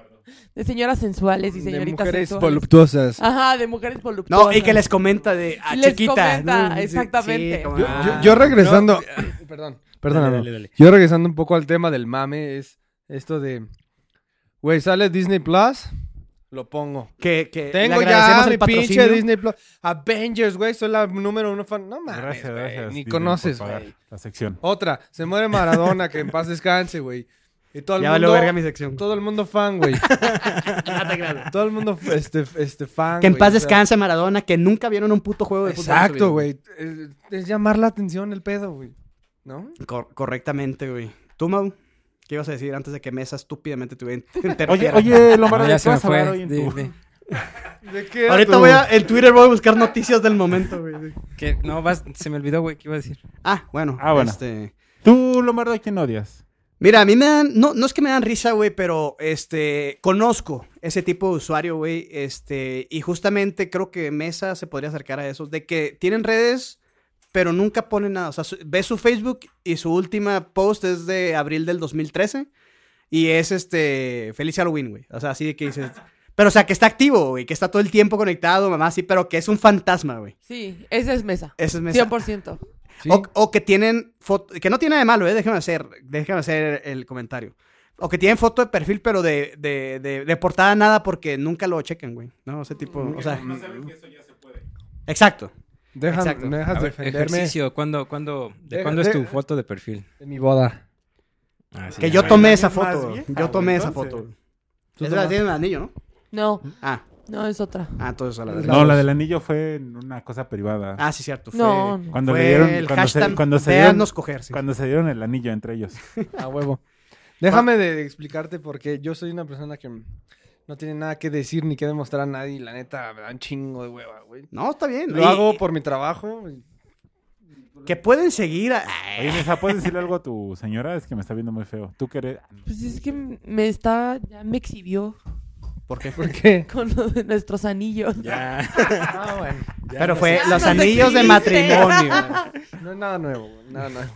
Speaker 4: De señoras sensuales y
Speaker 5: De
Speaker 4: señoritas Ah.
Speaker 5: mujeres
Speaker 4: sensuales.
Speaker 5: voluptuosas.
Speaker 4: Ajá, de mujeres voluptuosas.
Speaker 1: No, y que les comenta de a
Speaker 4: Y les
Speaker 1: chiquita.
Speaker 4: comenta,
Speaker 1: ¿no? Sí,
Speaker 4: exactamente.
Speaker 1: sí, como-
Speaker 5: Yo,
Speaker 1: ah.
Speaker 5: yo- yo regresando. Perdón, perdóname.
Speaker 3: Dale, dale, dale.
Speaker 5: Yo regresando un poco al tema del mame, es esto de. Güey, sale Disney Plus, lo pongo.
Speaker 1: que, que Eh, le
Speaker 5: Tengo
Speaker 1: agradecemos
Speaker 5: ya
Speaker 1: el
Speaker 5: mi
Speaker 1: patrocinio.
Speaker 5: pinche Disney Plus. Avengers, güey, soy la número uno fan. No mames,
Speaker 2: Gracias,
Speaker 5: güey,
Speaker 2: gracias.
Speaker 5: Ni
Speaker 2: Disney, por
Speaker 5: conoces,
Speaker 2: pagar
Speaker 5: güey.
Speaker 2: La sección.
Speaker 5: Otra, se muere Maradona, que en paz descanse, güey. Y todo el
Speaker 1: Ya valió
Speaker 5: mundo.
Speaker 1: verga mi sección.
Speaker 5: Todo el mundo fan, güey.
Speaker 1: Ah, te creas.
Speaker 5: todo el mundo este, este fan.
Speaker 1: Que en
Speaker 5: güey,
Speaker 1: paz
Speaker 5: o sea,
Speaker 1: descanse Maradona, que nunca vieron un puto juego de fútbol. en su vida.
Speaker 5: Exacto, güey. Es, es llamar la atención el pedo, güey. ¿No?
Speaker 1: Cor- correctamente, güey. ¿Tú, Mau? ¿Qué ibas a decir antes de que Mesa estúpidamente te interrumpiera?
Speaker 2: Oye, oye, Lombardo, ¿de
Speaker 3: No, Ah, ya
Speaker 2: qué
Speaker 3: se me
Speaker 2: vas a
Speaker 3: fue.
Speaker 2: hablar hoy en
Speaker 3: Di-
Speaker 2: tu-
Speaker 3: di-
Speaker 5: ¿De qué era
Speaker 1: Ahorita
Speaker 5: tu-
Speaker 1: voy a... En Twitter voy a buscar noticias del momento, güey.
Speaker 3: que- No, vas, se me olvidó, güey, ¿qué iba a decir?
Speaker 1: Ah, bueno.
Speaker 2: Ah, bueno.
Speaker 1: este,
Speaker 2: Tú, Lombardo, ¿a quién odias?
Speaker 1: Mira, a mí me dan... No, no es que me dan risa, güey, pero este... Conozco ese tipo de usuario, güey. Este... Y justamente creo que Mesa se podría acercar a esos. De que tienen redes, pero nunca ponen nada. O sea, su- ves su Facebook y su última post es de abril del 2013. Y es este. Feliz Halloween, güey. O sea, así de que dices. Pero, o sea, que está activo, güey. Que está todo el tiempo conectado, mamá, sí, pero que es un fantasma, güey.
Speaker 4: Sí, esa es mesa.
Speaker 1: Ese es mi-
Speaker 4: 100%.
Speaker 5: Sí.
Speaker 1: O, o que tienen foto. Que no tiene nada de malo, ¿eh? Déjame hacer, déjame hacer el comentario. O que tienen foto de perfil, pero de, de, de, de portada nada porque nunca lo chequen, güey. No, ese tipo. O sea. Exacto.
Speaker 5: Déjame,
Speaker 1: Exacto.
Speaker 5: me dejas
Speaker 3: A ver,
Speaker 5: defenderme
Speaker 3: ejercicio, ¿cuándo, cuándo, ¿de
Speaker 5: Deja-
Speaker 3: cuándo es tu
Speaker 5: deja-
Speaker 3: foto de perfil?
Speaker 5: de mi boda.
Speaker 3: Ah, sí,
Speaker 1: Que
Speaker 3: ya,
Speaker 1: yo
Speaker 3: ya.
Speaker 1: tomé
Speaker 2: la
Speaker 1: esa
Speaker 2: misma
Speaker 1: foto.
Speaker 2: vieja,
Speaker 1: Yo tomé
Speaker 2: Ah, güey,
Speaker 1: esa
Speaker 2: entonces.
Speaker 1: foto.
Speaker 5: ¿Tú
Speaker 1: Es
Speaker 5: tomas?
Speaker 1: la tiene el anillo, ¿no?
Speaker 4: No,
Speaker 1: Ah.
Speaker 4: No, es otra.
Speaker 1: Ah, entonces a la de
Speaker 5: No,
Speaker 2: No, la del anillo fue en una cosa privada.
Speaker 1: Ah, sí, cierto. Fue,
Speaker 4: No, no.
Speaker 2: cuando
Speaker 1: fue
Speaker 2: le dieron,
Speaker 1: el
Speaker 2: cuando
Speaker 1: hashtag
Speaker 2: se, cuando se dieron,
Speaker 1: véannos coger, sí.
Speaker 2: cuando se dieron el anillo entre ellos.
Speaker 5: A huevo. Déjame de de explicarte por qué. Yo soy una persona que no tiene nada que decir ni que demostrar a nadie. y La neta, me da un chingo de hueva, güey.
Speaker 1: No, está bien.
Speaker 5: Lo
Speaker 1: Y-
Speaker 5: hago por mi trabajo. y-
Speaker 1: Que pueden seguir. a-
Speaker 2: Oye, Mesa, ¿puedes decirle algo a tu señora? Es que me está viendo muy feo. ¿Tú qué eres?
Speaker 4: Pues es que me está, ya me exhibió
Speaker 1: ¿Por qué?
Speaker 5: ¿Por qué?
Speaker 4: con lo de nuestros anillos.
Speaker 3: Ya.
Speaker 5: Ah, bueno.
Speaker 3: ya
Speaker 1: Pero
Speaker 3: no
Speaker 1: fue
Speaker 4: Ya
Speaker 1: los
Speaker 4: nos
Speaker 1: anillos de
Speaker 4: exhibiste.
Speaker 1: matrimonio.
Speaker 5: No es nada nuevo, güey, Nada nuevo.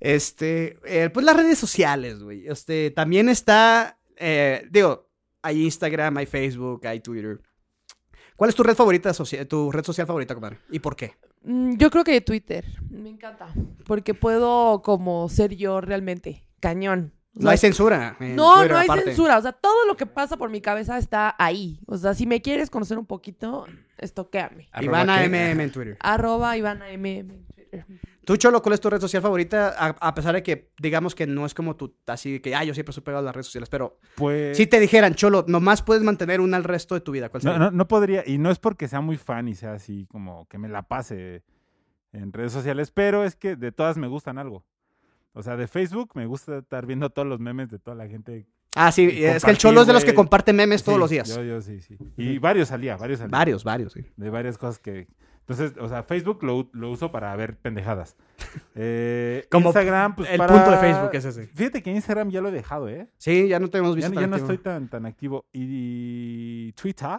Speaker 1: Este, eh, pues las redes sociales, güey. Este, también está, eh, digo, hay Instagram, hay Facebook, hay Twitter. ¿Cuál es tu red favorita, socia- tu red social favorita, compadre? ¿Y por qué?
Speaker 4: Mm, Yo creo que de Twitter. Me encanta. Porque puedo como ser yo realmente. Cañón. O
Speaker 1: No hay
Speaker 4: sea,
Speaker 1: censura. en
Speaker 4: no,
Speaker 1: Twitter,
Speaker 4: no hay
Speaker 1: aparte.
Speaker 4: censura. O sea, todo lo que pasa por mi cabeza está ahí. O sea, si me quieres conocer un poquito, estoqueame.
Speaker 3: Arroba
Speaker 1: Ivana
Speaker 3: qué.
Speaker 1: MM en Twitter.
Speaker 4: Arroba Ivana MM.
Speaker 1: Tú, Cholo, ¿cuál es tu red social favorita? A, a pesar de que, digamos que no es como tú, así que, ah, yo siempre soy pegado a las redes sociales, pero
Speaker 2: Pues.
Speaker 1: si te dijeran, Cholo, nomás puedes mantener una al resto de tu vida, ¿cuál
Speaker 2: No,
Speaker 1: sería?
Speaker 2: no, no podría, y no es porque sea muy fan y sea así como que me la pase en redes sociales, pero es que de todas me gustan algo. O sea, de Facebook me gusta estar viendo todos los memes de toda la gente.
Speaker 1: Ah, sí,
Speaker 2: Y
Speaker 1: es que el Cholo es de los que
Speaker 2: compartir, güey.
Speaker 1: comparte memes todos
Speaker 2: Sí,
Speaker 1: los días.
Speaker 2: Yo, yo sí, sí. Y varios al día, varios al día.
Speaker 1: Varios, varios, sí.
Speaker 2: De varias cosas que... Entonces, o sea, Facebook lo, u- lo uso para ver pendejadas. Eh,
Speaker 1: Como
Speaker 2: Instagram, pues
Speaker 1: el
Speaker 2: para-
Speaker 1: punto de Facebook es ese.
Speaker 2: Fíjate que Instagram ya lo he dejado, ¿eh?
Speaker 1: Sí, Pues ya no te hemos
Speaker 2: Ya,
Speaker 1: visto
Speaker 2: no-
Speaker 1: tan
Speaker 2: ya no
Speaker 1: activo.
Speaker 2: estoy tan, tan activo. Y, Twitter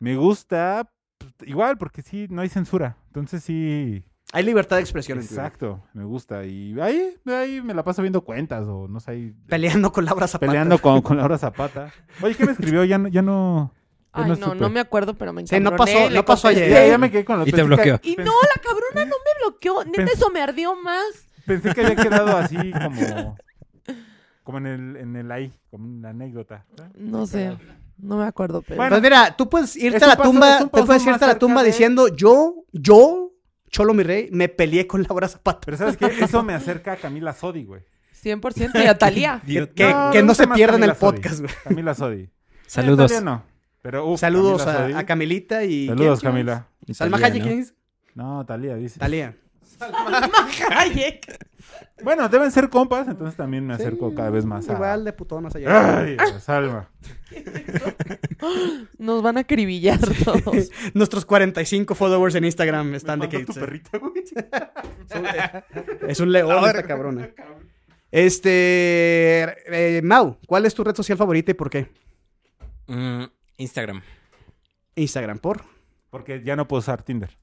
Speaker 2: me gusta pues, igual porque sí, no hay censura. Entonces sí.
Speaker 1: Hay libertad de expresión. en Twitter.
Speaker 2: Exacto, me gusta. Y ahí, ahí me la paso viendo cuentas o no sé, ahí
Speaker 1: Peleando con Laura Zapata.
Speaker 2: peleando con, con Laura Zapata. Oye, ¿qué me escribió? Ya no, ya no. ya
Speaker 4: Ay, no,
Speaker 2: supe.
Speaker 4: no me acuerdo, pero me
Speaker 1: Sí,
Speaker 4: encanta.
Speaker 1: no pasó, no pasó ayer.
Speaker 2: Ya, ya me quedé con la
Speaker 3: Y te
Speaker 2: otra chica.
Speaker 3: bloqueó.
Speaker 4: Y
Speaker 2: Pen-
Speaker 4: no, la cabrona no me bloqueó. Neta,
Speaker 2: Pens-
Speaker 4: eso me ardió más.
Speaker 2: Pensé que había quedado así como. Como en el, en el ahí, como una anécdota.
Speaker 4: No sé. No me acuerdo, pero.
Speaker 2: Bueno.
Speaker 1: Pues mira, tú puedes irte
Speaker 2: Es
Speaker 1: a
Speaker 2: un
Speaker 1: la
Speaker 2: paso-
Speaker 1: tumba,
Speaker 2: es un
Speaker 1: te
Speaker 2: paso
Speaker 1: puedes irte
Speaker 2: más
Speaker 1: a la
Speaker 2: cerca
Speaker 1: tumba
Speaker 2: de-
Speaker 1: diciendo yo, yo, Cholo mi rey, me peleé con Laura Zapata.
Speaker 2: Pero ¿sabes qué? Eso me acerca a Camila Sodi, güey.
Speaker 4: 100% y a Talía.
Speaker 1: Que,
Speaker 3: Digo,
Speaker 1: que-
Speaker 2: No,
Speaker 1: que
Speaker 2: me
Speaker 1: no
Speaker 2: gusta
Speaker 1: se
Speaker 2: más
Speaker 1: pierdan
Speaker 2: Camila
Speaker 1: el
Speaker 2: Sodi.
Speaker 1: podcast, güey.
Speaker 2: Camila Sodi.
Speaker 3: Saludos.
Speaker 2: Todavía no. Pero, uf,
Speaker 1: Saludos
Speaker 2: Camila
Speaker 1: a,
Speaker 2: Sodi.
Speaker 1: a Camilita y.
Speaker 2: Saludos,
Speaker 1: ¿quién-
Speaker 2: Camila.
Speaker 1: quién- Salma Hayek, ¿quién es?
Speaker 2: No, Talía dice.
Speaker 1: Talía.
Speaker 2: eh.
Speaker 4: Hayek.
Speaker 2: Bueno, deben ser compas, entonces también me acerco cada vez más a. ¡Ah!
Speaker 1: Igual Ah. de putonas allá.
Speaker 2: Ay, a Salma.
Speaker 4: Nos van a acribillar todos.
Speaker 1: Nuestros 45 followers en Instagram están de
Speaker 2: Mando
Speaker 1: que.
Speaker 2: tu perrita, güey.
Speaker 1: Es un león esta cabrona. Este. eh, Mau, ¿cuál es tu red social favorita y por qué?
Speaker 3: Mm, Instagram.
Speaker 1: Instagram, por.
Speaker 2: Porque ya no puedo usar Tinder.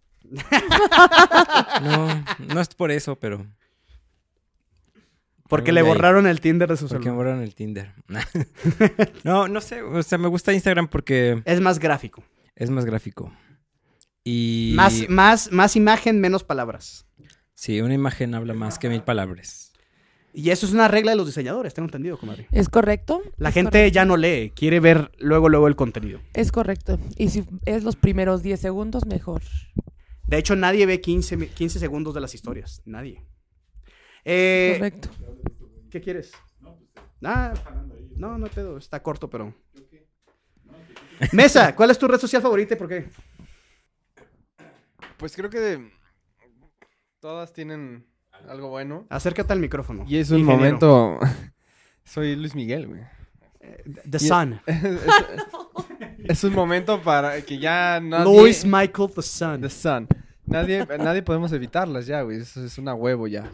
Speaker 3: No, no es por eso, pero.
Speaker 1: Porque
Speaker 3: Algún
Speaker 1: le
Speaker 3: día ahí.
Speaker 1: borraron el Tinder de su
Speaker 3: Porque me
Speaker 1: celular.
Speaker 3: borraron el Tinder. no, no sé. O sea, me gusta Instagram porque
Speaker 1: Es más gráfico.
Speaker 3: es más gráfico. Y.
Speaker 1: Más, más, más imagen, menos palabras.
Speaker 3: Sí, una imagen habla más que mil palabras.
Speaker 1: Y eso es una regla de los diseñadores, tengo entendido, comadre.
Speaker 4: ¿Es correcto?
Speaker 1: La
Speaker 4: Es
Speaker 1: gente ya no lee, quiere ver luego, luego el contenido.
Speaker 4: Es correcto. Y si es los primeros 10 segundos, mejor.
Speaker 1: De hecho, nadie ve 15, mi- 15 segundos de las historias. Nadie. Eh,
Speaker 4: correcto.
Speaker 1: ¿Qué quieres? Ah, no, no hay pedo. Está corto, pero. Mesa, ¿cuál es tu red social favorita y por qué?
Speaker 5: Pues creo que de- todas tienen algo bueno.
Speaker 1: Acércate al micrófono.
Speaker 5: Y es un
Speaker 1: ingeniero.
Speaker 5: momento. Soy Luis Miguel, güey.
Speaker 1: The Sun.
Speaker 5: Es un momento para que ya nadie.
Speaker 1: Louis Michael The Sun.
Speaker 5: The Sun. Nadie, nadie podemos evitarlas ya, güey. Eso es una huevo ya.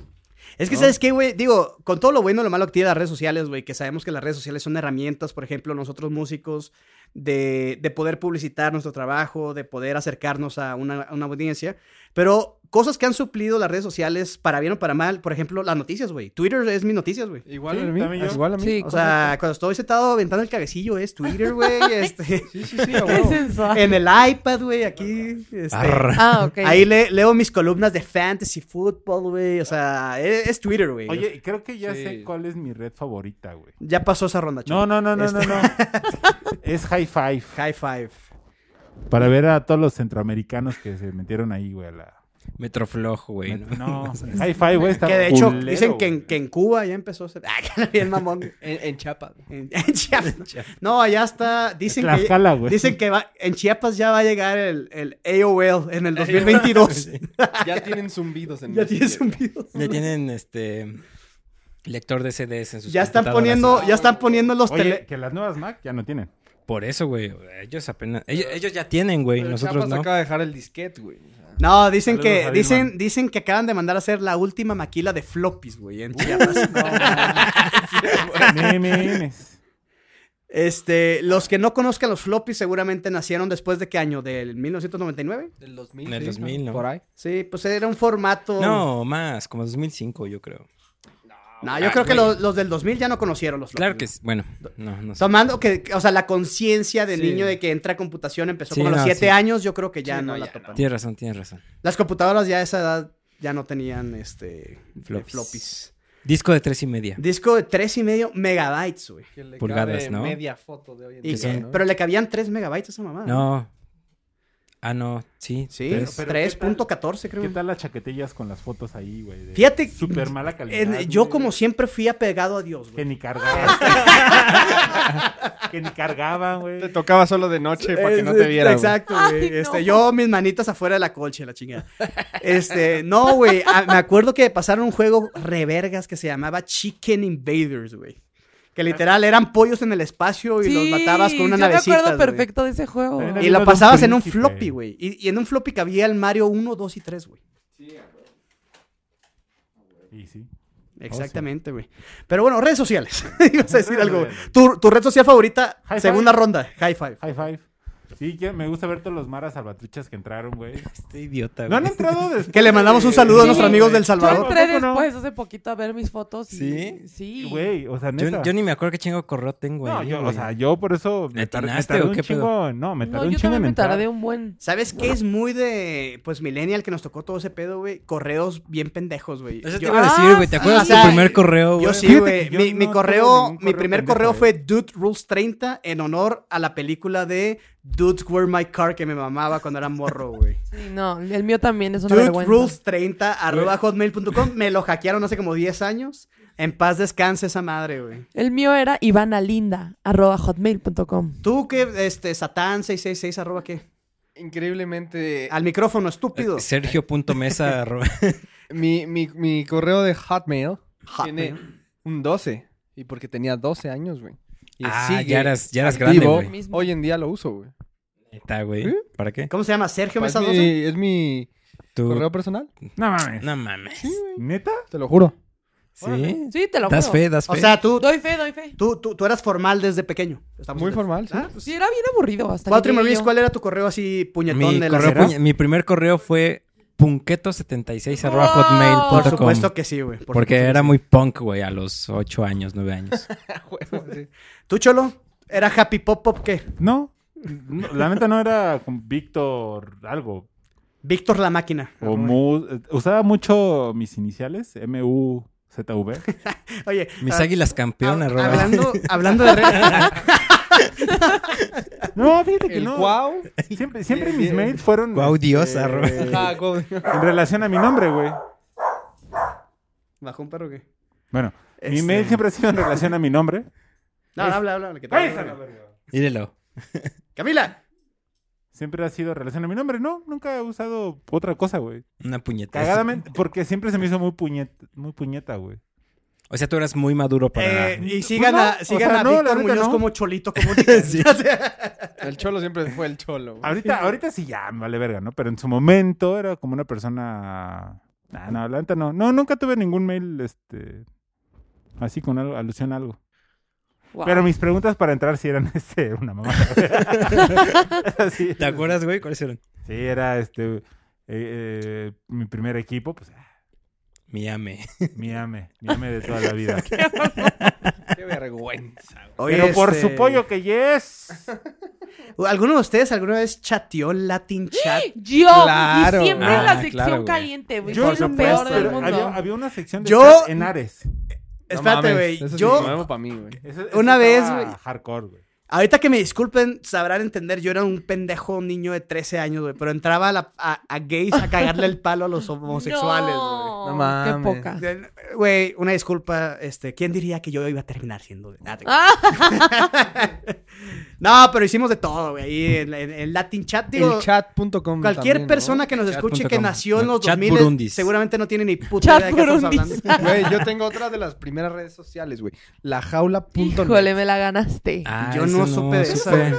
Speaker 1: Es que,
Speaker 5: ¿no?
Speaker 1: ¿sabes qué, güey? Digo, con todo lo bueno y lo malo que tiene las redes sociales, güey, que sabemos que las redes sociales son herramientas, por ejemplo, nosotros músicos, de, de poder publicitar nuestro trabajo, de poder acercarnos a una, a una audiencia. Pero cosas que han suplido las redes sociales, para bien o para mal, por ejemplo, las noticias, güey. Twitter es mi noticias, güey.
Speaker 5: Igual
Speaker 2: Sí,
Speaker 5: a mí.
Speaker 2: también yo.
Speaker 5: Igual a mí.
Speaker 4: Sí,
Speaker 1: O sea, cuando estoy sentado aventando el cabecillo es Twitter, güey, este,
Speaker 5: Sí, sí, sí, a
Speaker 4: correcto.
Speaker 5: huevo.
Speaker 4: Qué sensual.
Speaker 1: en el iPad, güey, aquí. este,
Speaker 3: Arr.
Speaker 4: Ah, ok.
Speaker 1: Ahí le- leo mis columnas de fantasy football, güey. O sea, e, es, es Twitter, güey.
Speaker 2: Oye, y creo que ya
Speaker 5: Sí.
Speaker 2: sé cuál es mi red favorita, güey.
Speaker 1: Ya pasó esa ronda,
Speaker 2: No,
Speaker 1: Chuy.
Speaker 2: no, no, no,
Speaker 1: Este-
Speaker 2: no, no. es High Five.
Speaker 1: High five.
Speaker 2: Para ver a todos los centroamericanos que se metieron ahí, güey, a la,
Speaker 3: Metrofloj, güey.
Speaker 2: No,
Speaker 3: ¿no?
Speaker 2: hi-fi, güey, está
Speaker 1: Que de hecho,
Speaker 2: culero,
Speaker 1: dicen que
Speaker 2: güey.
Speaker 1: en, que en Cuba ya empezó a ser. Ah, bien mamón.
Speaker 5: En, en Chiapas.
Speaker 1: En, en Chiapas. No, allá está. Dicen que.
Speaker 2: Tlaxcala, güey.
Speaker 1: Dicen que va, en Chiapas ya va a llegar el, el AOL en el 2022.
Speaker 5: Ya tienen zumbidos en
Speaker 1: ya
Speaker 5: Messenger.
Speaker 1: tienes un video.
Speaker 3: Ya tienen este lector de CDs en sus
Speaker 1: Ya están
Speaker 3: computadoras.
Speaker 1: poniendo, ya están poniendo los
Speaker 2: Oye,
Speaker 1: tele-
Speaker 2: que las nuevas Mac ya no tienen.
Speaker 3: Por eso, güey. Ellos apenas. Ellos, ellos ya tienen, güey.
Speaker 5: Pero
Speaker 3: Nosotros
Speaker 5: Chiapas
Speaker 3: no.
Speaker 5: acaba de dejar el disquete, güey. O sea,
Speaker 1: No, dicen
Speaker 2: Saludos
Speaker 1: que,
Speaker 2: a
Speaker 1: dicen,
Speaker 2: Dilman.
Speaker 1: dicen que acaban de mandar a hacer la última maquila de floppies, güey, en Chiapas.
Speaker 2: Memes.
Speaker 1: Este, los que no conozcan los floppies seguramente nacieron después de qué año, del 1999.
Speaker 5: Del 2000.
Speaker 3: En el
Speaker 5: sí,
Speaker 3: 2000, ¿no?
Speaker 5: Por ahí.
Speaker 1: Sí, pues era un formato.
Speaker 3: No, más. Como 2005, yo creo.
Speaker 1: No, yo
Speaker 3: Ah,
Speaker 1: creo que
Speaker 3: güey.
Speaker 1: los, los del 2000 ya no conocieron los floppies.
Speaker 3: Claro que
Speaker 1: güey.
Speaker 3: sí. Bueno, no, no sé.
Speaker 1: Tomando que, o sea, la conciencia del
Speaker 5: Sí.
Speaker 1: niño de que entra a computación empezó
Speaker 3: Sí,
Speaker 1: como a los
Speaker 3: no,
Speaker 1: 7
Speaker 3: sí.
Speaker 1: años, yo creo que ya
Speaker 5: Sí,
Speaker 1: no,
Speaker 5: no,
Speaker 1: la
Speaker 5: ya
Speaker 1: topan.
Speaker 3: Tienes razón, tienes razón.
Speaker 1: Las computadoras ya a esa edad ya no tenían este eh,
Speaker 3: Flops.
Speaker 1: floppies.
Speaker 3: Disco de tres y media.
Speaker 1: Disco de 3 y medio megabytes, güey.
Speaker 5: Que le
Speaker 3: Pulgadas,
Speaker 5: cabe
Speaker 3: ¿no?
Speaker 5: Media foto de hoy en
Speaker 1: Y-
Speaker 5: día.
Speaker 3: son,
Speaker 1: eh,
Speaker 5: ¿no?
Speaker 1: Pero le cabían 3 megabytes a esa mamá.
Speaker 3: No. Ah, no. Sí.
Speaker 1: Sí,
Speaker 3: tres.
Speaker 2: pero-
Speaker 1: 3.14 creo.
Speaker 2: ¿Qué tal las chaquetillas con las fotos ahí, güey? de
Speaker 1: Fíjate,
Speaker 2: Súper mala calidad.
Speaker 1: En- yo
Speaker 2: güey.
Speaker 1: como siempre fui apegado a Dios,
Speaker 2: Que
Speaker 1: güey.
Speaker 2: ni cargaban. que ni cargaban,
Speaker 5: Te
Speaker 2: güey.
Speaker 5: tocaba solo de noche para que no
Speaker 1: Eh,
Speaker 5: te viera. güey.
Speaker 1: Exacto, güey.
Speaker 4: Ay,
Speaker 1: Este,
Speaker 4: no.
Speaker 1: Yo mis manitas afuera de la colcha, la chingada. Este, no, güey. a- Me acuerdo que pasaron un juego revergas que se llamaba Chicken Invaders, güey. Que literal eran pollos en el espacio y los matabas con una
Speaker 4: yo
Speaker 1: navecita.
Speaker 4: me acuerdo
Speaker 1: güey.
Speaker 4: perfecto de ese juego.
Speaker 2: También
Speaker 1: Y
Speaker 2: Uno
Speaker 1: lo
Speaker 2: de un
Speaker 1: pasabas en un
Speaker 2: príncipe.
Speaker 1: floppy, güey. Y, y en un floppy cabía el Mario 1, 2 y 3,
Speaker 5: Oh,
Speaker 1: güey.
Speaker 2: Y sí.
Speaker 1: Exactamente, güey. Pero bueno, redes sociales. Ibas a decir algo, güey. Tu, tu red social favorita,
Speaker 2: High
Speaker 1: segunda
Speaker 2: five.
Speaker 1: ronda, High Five.
Speaker 2: High five. Sí, que- me gusta ver todos los maras salvatruchas que entraron, güey.
Speaker 3: Este idiota,
Speaker 2: No
Speaker 3: güey.
Speaker 2: han entrado después.
Speaker 1: Que le mandamos un saludo a
Speaker 4: Sí.
Speaker 1: nuestros amigos del
Speaker 4: Yo
Speaker 1: Salvador.
Speaker 4: entré
Speaker 2: ¿Tampoco no?
Speaker 4: después hace poquito a ver mis fotos. y-
Speaker 3: ¿Sí?
Speaker 4: Sí.
Speaker 2: Güey, o sea, neta.
Speaker 3: Yo, yo ni me acuerdo qué chingo correo tengo
Speaker 2: No,
Speaker 3: ahí,
Speaker 2: yo, o
Speaker 3: güey.
Speaker 2: sea, yo por eso
Speaker 3: ¿Le
Speaker 2: me tar- me
Speaker 3: atinaste
Speaker 2: tardé
Speaker 3: o
Speaker 2: un
Speaker 3: qué pedo?
Speaker 2: chingo. No, me tardé
Speaker 4: No,
Speaker 2: un
Speaker 4: yo
Speaker 2: chingo
Speaker 4: también
Speaker 2: en
Speaker 4: me
Speaker 2: entrar.
Speaker 4: tardé un buen.
Speaker 1: ¿Sabes qué es muy de, pues, Millennial que nos tocó todo ese pedo, güey? Correos bien pendejos, güey.
Speaker 3: Eso te
Speaker 1: Yo-
Speaker 3: iba a decir, güey. ¿Te acuerdas
Speaker 1: Ah,
Speaker 3: de
Speaker 1: sí.
Speaker 3: tu primer correo, güey?
Speaker 1: Yo sí,
Speaker 2: Fíjate
Speaker 1: güey.
Speaker 2: que yo
Speaker 1: Mi, mi
Speaker 2: no tengo
Speaker 1: correo,
Speaker 2: ningún
Speaker 1: mi
Speaker 2: correo
Speaker 1: primer
Speaker 2: pendejo,
Speaker 1: correo
Speaker 2: güey.
Speaker 1: fue Dude Rules 30 en honor a la película de Dudes Were My Car que me mamaba cuando era morro, güey.
Speaker 4: Sí, no, el mío también es una
Speaker 1: Dude
Speaker 4: vergüenza.
Speaker 1: Rules 30 arroba hotmail.com. Me lo hackearon hace como 10 años. En paz descanse esa madre, güey.
Speaker 4: El mío era ivanalinda, arroba hotmail.com.
Speaker 1: Tú que, este, Satán 666 arroba qué?
Speaker 5: Increíblemente,
Speaker 1: Al micrófono, estúpido.
Speaker 2: Eh,
Speaker 3: Sergio.mesa. arroba-
Speaker 5: mi, mi, mi correo de Hotmail, tiene
Speaker 1: Hotmail.
Speaker 5: un 12. Y porque tenía 12 años, güey. Y
Speaker 3: ah,
Speaker 5: sigue
Speaker 3: ya eras, ya eras grande,
Speaker 5: activo.
Speaker 3: güey.
Speaker 4: Mismo.
Speaker 5: Hoy en día lo uso, güey.
Speaker 3: Está, güey.
Speaker 5: ¿Eh?
Speaker 3: ¿Para qué?
Speaker 1: ¿Cómo se llama? Sergio
Speaker 2: Pues
Speaker 5: Es
Speaker 1: Mesa 12.
Speaker 5: mi, es mi
Speaker 3: Tú-
Speaker 5: correo personal,
Speaker 2: No mames.
Speaker 3: No mames.
Speaker 2: ¿Neta?
Speaker 5: te lo juro.
Speaker 3: ¿Sí?
Speaker 4: Sí, te lo
Speaker 3: Das
Speaker 4: juro.
Speaker 3: fe, das fe.
Speaker 1: O sea, tú,
Speaker 4: Doy fe, doy fe.
Speaker 1: tú, tú, tú eras formal desde pequeño. Estamos
Speaker 5: Muy
Speaker 1: en-
Speaker 5: formal, sí.
Speaker 1: Ah, pues.
Speaker 4: Sí, era bien aburrido hasta que
Speaker 1: Cuatro y
Speaker 4: llegué
Speaker 1: Maurice,
Speaker 4: yo.
Speaker 1: ¿cuál era tu correo así puñetón
Speaker 3: mi,
Speaker 1: de la
Speaker 3: correo
Speaker 1: Será?
Speaker 3: puñe- mi primer correo fue punketo76 arroba
Speaker 4: Wow.
Speaker 1: Por
Speaker 3: hotmail punto com.
Speaker 1: supuesto que sí, güey. por
Speaker 3: porque
Speaker 1: supuesto que
Speaker 3: era
Speaker 1: sí.
Speaker 3: muy punk, güey, a los 8 años, 9 años.
Speaker 1: ¿Tú, Cholo? ¿Era Happy Pop Pop qué?
Speaker 2: No. No, La neta no era con Víctor algo.
Speaker 1: Víctor la Máquina.
Speaker 3: Ah, Oh.
Speaker 2: O mu- eh, usaba mucho mis iniciales, M-U-Z-V.
Speaker 1: Oye.
Speaker 3: Mis
Speaker 1: ah,
Speaker 3: águilas campeón
Speaker 1: hab-
Speaker 3: arroba.
Speaker 1: hablando, hablando de redes...
Speaker 2: No, fíjate que
Speaker 5: El
Speaker 2: no.
Speaker 5: guau.
Speaker 2: Siempre, siempre mis mails fueron
Speaker 3: Guau, Dios,
Speaker 2: este,
Speaker 3: arroba.
Speaker 5: Ajá, guau.
Speaker 2: en relación a mi nombre, güey.
Speaker 1: ¿Bajó un perro o qué?
Speaker 2: Bueno, mi
Speaker 1: Este-
Speaker 2: mail siempre ha sido en relación a mi nombre.
Speaker 1: No,
Speaker 2: Es-
Speaker 1: habla, habla. que te-
Speaker 3: Mírelo.
Speaker 1: ¡Camila!
Speaker 2: Siempre ha sido en relación a mi nombre. No, nunca he usado otra cosa, güey.
Speaker 3: Una puñeta.
Speaker 2: Cagadamente, porque siempre se me hizo muy puñeta, muy puñeta, güey.
Speaker 3: O sea, tú eras muy maduro para...
Speaker 1: Eh, y sigan
Speaker 2: Pues no,
Speaker 1: a,
Speaker 2: o
Speaker 1: sigan
Speaker 2: sea,
Speaker 1: a
Speaker 2: no, la
Speaker 1: Víctor
Speaker 2: neta
Speaker 1: Muñoz
Speaker 2: no.
Speaker 1: como Cholito Comunica. O sea,
Speaker 5: El cholo siempre fue el cholo, güey.
Speaker 2: Ahorita, ahorita sí ya me vale verga, ¿no? Pero en su momento era como una persona. Nah, no, la neta no. No, nunca tuve ningún mail, este. Así con algo, alusión a algo.
Speaker 4: Wow.
Speaker 2: Pero mis preguntas para entrar sí eran este, una mamá. sí,
Speaker 3: ¿Te acuerdas, güey? ¿Cuáles eran?
Speaker 2: sí, era este. eh, eh, mi primer equipo, pues. ah,
Speaker 3: Miami.
Speaker 2: Miame, Miame de toda la vida.
Speaker 5: Qué vergüenza. güey.
Speaker 1: Oye,
Speaker 2: Pero por
Speaker 1: este,
Speaker 2: su pollo que yes.
Speaker 1: ¿Alguno de ustedes alguna vez chateó Latin Chat?
Speaker 4: Yo,
Speaker 5: Claro.
Speaker 4: y siempre en
Speaker 3: Ah,
Speaker 4: la sección
Speaker 3: claro, güey.
Speaker 4: caliente, güey.
Speaker 2: Yo
Speaker 4: Soy
Speaker 2: no
Speaker 4: lo
Speaker 2: puedo,
Speaker 4: peor del
Speaker 2: pero
Speaker 4: mundo.
Speaker 2: Había, había una sección de
Speaker 1: Yo-
Speaker 2: chat en Ares.
Speaker 5: No
Speaker 1: Espérate,
Speaker 5: mames,
Speaker 1: güey.
Speaker 5: eso sí
Speaker 1: Yo
Speaker 5: es nuevo para mí, güey.
Speaker 2: Eso- eso
Speaker 1: Una vez,
Speaker 2: estaba
Speaker 1: güey.
Speaker 2: Hardcore, güey.
Speaker 1: Ahorita que me disculpen, sabrán entender, yo era un pendejo, un niño de 13 años, güey, pero entraba a, la- a- a gays a cagarle el palo a los homosexuales, güey.
Speaker 4: No,
Speaker 5: No mames.
Speaker 4: Qué poca.
Speaker 1: Güey, una disculpa, este, ¿quién diría que yo iba a terminar siendo? Ah, te-
Speaker 4: Ah,
Speaker 1: No, pero hicimos de todo, güey, ahí en, en- en Latin Chat, digo,
Speaker 5: Elchat.com.
Speaker 1: cualquier
Speaker 5: también, ¿no?
Speaker 1: persona que nos escuche que
Speaker 3: Chat.com.
Speaker 1: nació en
Speaker 3: No,
Speaker 1: los
Speaker 3: Chat
Speaker 1: 2000
Speaker 3: Burundis.
Speaker 1: seguramente no tiene ni puta idea
Speaker 4: chat
Speaker 1: de qué estamos
Speaker 4: burundis.
Speaker 1: hablando.
Speaker 5: Güey, yo tengo otra de las primeras redes sociales, güey. Lajaula.net.
Speaker 4: Híjole, me la ganaste.
Speaker 3: Ah,
Speaker 1: Yo
Speaker 3: eso
Speaker 1: no supe de
Speaker 3: supe.
Speaker 1: eso.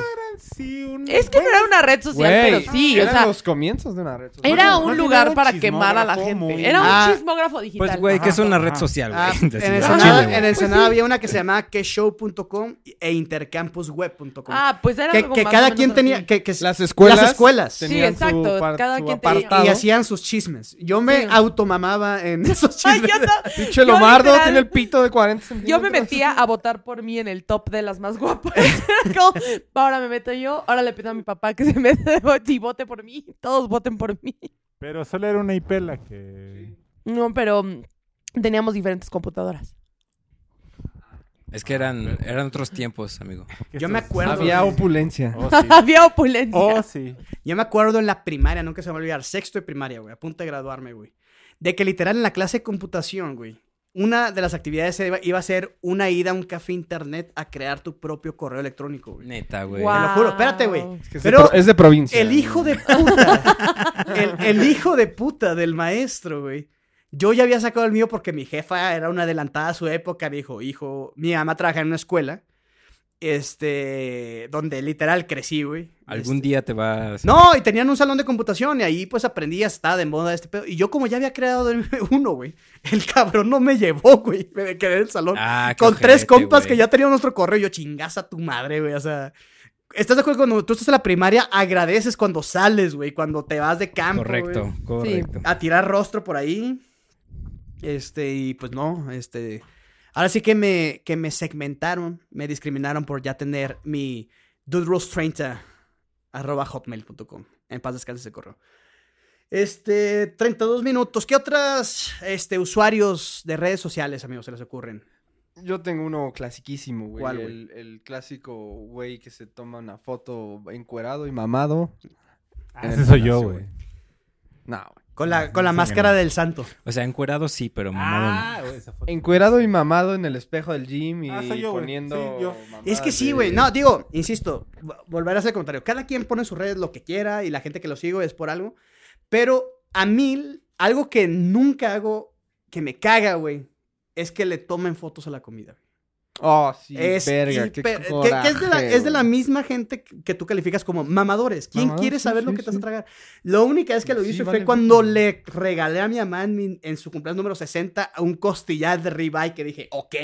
Speaker 2: Sí, un-
Speaker 4: Es que no era una red social,
Speaker 5: Güey,
Speaker 4: pero sí, o
Speaker 5: eran
Speaker 4: sea,
Speaker 5: los comienzos de una red social.
Speaker 4: era
Speaker 2: Más
Speaker 4: un
Speaker 2: bien
Speaker 4: lugar
Speaker 2: era un
Speaker 4: para quemar a la
Speaker 2: chismógrafo muy-
Speaker 4: gente. Era un
Speaker 1: Ah,
Speaker 4: chismógrafo digital.
Speaker 3: Pues, güey, que es
Speaker 4: Ajá.
Speaker 3: una red
Speaker 2: Ajá.
Speaker 3: social, güey.
Speaker 1: Ah,
Speaker 3: Así,
Speaker 1: en
Speaker 3: al
Speaker 1: Ensenada,
Speaker 3: chile, güey.
Speaker 1: en Ensenada había una que se llamaba queshow.com e intercampusweb.com.
Speaker 4: Ah, pues era
Speaker 1: que
Speaker 4: algo
Speaker 1: que
Speaker 4: más o
Speaker 1: cada
Speaker 4: menos
Speaker 1: quien tenía.
Speaker 4: así.
Speaker 1: Que, que-
Speaker 5: Las escuelas.
Speaker 1: Las escuelas. Sí,
Speaker 5: tenían su
Speaker 4: exacto,
Speaker 5: par-
Speaker 4: cada
Speaker 5: su
Speaker 4: quien tenía-
Speaker 5: apartado.
Speaker 1: y hacían sus chismes. Yo me
Speaker 4: Sí.
Speaker 1: automamaba en esos
Speaker 4: Ay,
Speaker 1: chismes.
Speaker 4: yo, no-
Speaker 5: Pinche
Speaker 4: Yo
Speaker 5: Lomardo
Speaker 4: literal-
Speaker 5: tiene el pito de 40
Speaker 4: yo
Speaker 5: centímetros.
Speaker 4: me metía a votar por mí en el top de las más guapas. Era como, ahora me meto yo, ahora le pido a mi papá que se meta y vote por mí. Todos voten por mí.
Speaker 2: Pero solo era una IP la que...
Speaker 4: No, pero mm, teníamos diferentes computadoras.
Speaker 3: Es que eran, eran otros tiempos, amigo.
Speaker 2: que
Speaker 1: Yo me
Speaker 2: estos-
Speaker 1: acuerdo.
Speaker 5: Había opulencia.
Speaker 2: Oh, sí.
Speaker 4: Había opulencia.
Speaker 2: Oh, sí.
Speaker 1: Yo me acuerdo en la primaria, nunca se me va a olvidar, sexto de primaria, güey, a punto de graduarme, güey. De que literal en la clase de computación, güey, una de las actividades iba, iba a ser una ida a un café internet a crear tu propio correo electrónico, güey.
Speaker 3: Neta, güey.
Speaker 1: Guau. juro, espérate, güey.
Speaker 4: Guau.
Speaker 5: Es que es,
Speaker 1: Pero
Speaker 5: de pro- es de provincia.
Speaker 1: El hijo de puta. El, el hijo de puta del maestro, güey. Yo ya había sacado el mío porque mi jefa era una adelantada a su época. Me dijo, hijo, mi mamá trabaja en una escuela. Este, donde literal crecí, güey.
Speaker 3: Algún
Speaker 1: Este,
Speaker 3: día te vas.
Speaker 1: No, y tenían un salón de computación y ahí pues aprendí hasta de moda este pedo. Y yo como ya había creado el- uno, güey, el cabrón no me llevó, güey. Me quedé en el salón
Speaker 3: Ah, qué
Speaker 1: con
Speaker 3: ojete,
Speaker 1: tres compas que
Speaker 3: güey.
Speaker 1: ya tenían nuestro correo. Yo chingas a tu madre, güey. O sea, ¿estás de acuerdo? Cuando tú estás en la primaria, agradeces cuando sales, güey, cuando te vas de campo.
Speaker 3: Correcto,
Speaker 1: güey,
Speaker 3: correcto.
Speaker 1: a tirar rostro por ahí. Este, y pues no, este. Ahora sí que me, que me segmentaron, me discriminaron por ya tener mi duderules30 arroba hotmail.com. En paz descanse ese correo. Este, 32 minutos. ¿Qué otras este, usuarios de redes sociales, amigos, se les ocurren?
Speaker 5: Yo tengo uno clasiquísimo, güey.
Speaker 1: ¿Cuál, güey?
Speaker 5: el, el clásico güey que se toma una foto encuerado y mamado.
Speaker 2: Ah,
Speaker 5: en el
Speaker 2: Ese soy yo,
Speaker 5: gimnasio,
Speaker 2: güey.
Speaker 5: No, güey.
Speaker 1: Con la, con la
Speaker 2: Sí,
Speaker 1: máscara
Speaker 2: no.
Speaker 1: del santo.
Speaker 3: O sea, encuerado sí, pero mamado.
Speaker 2: Ah, güey, esa foto.
Speaker 5: Encuerado y mamado en el espejo del gym y
Speaker 2: Ah, soy yo, güey.
Speaker 5: poniendo.
Speaker 2: Ah, Sí, yo.
Speaker 5: mamadas
Speaker 1: Es que sí,
Speaker 5: de-
Speaker 1: güey. No, digo, insisto, vo- volver a hacer el comentario. Cada quien pone en sus redes lo que quiera y la gente que lo sigo es por algo. Pero a mí, algo que nunca hago, que me caga, güey, es que le tomen fotos a la comida.
Speaker 5: Oh, sí,
Speaker 1: es,
Speaker 5: verga, qué
Speaker 1: hiper- que- que
Speaker 5: coraje,
Speaker 1: es, de la, es de la
Speaker 5: güey.
Speaker 1: misma gente que que tú calificas como mamadores. ¿Quién
Speaker 5: Mamadores,
Speaker 1: quiere
Speaker 5: sí,
Speaker 1: saber lo
Speaker 5: sí,
Speaker 1: que te vas
Speaker 5: sí.
Speaker 1: a tragar? Lo única es que lo
Speaker 5: Sí,
Speaker 1: hice fue
Speaker 5: vale
Speaker 1: cuando
Speaker 5: verga.
Speaker 1: le regalé a mi mamá en, mi- en su cumpleaños número 60 a un costillar de ribeye que dije, ok.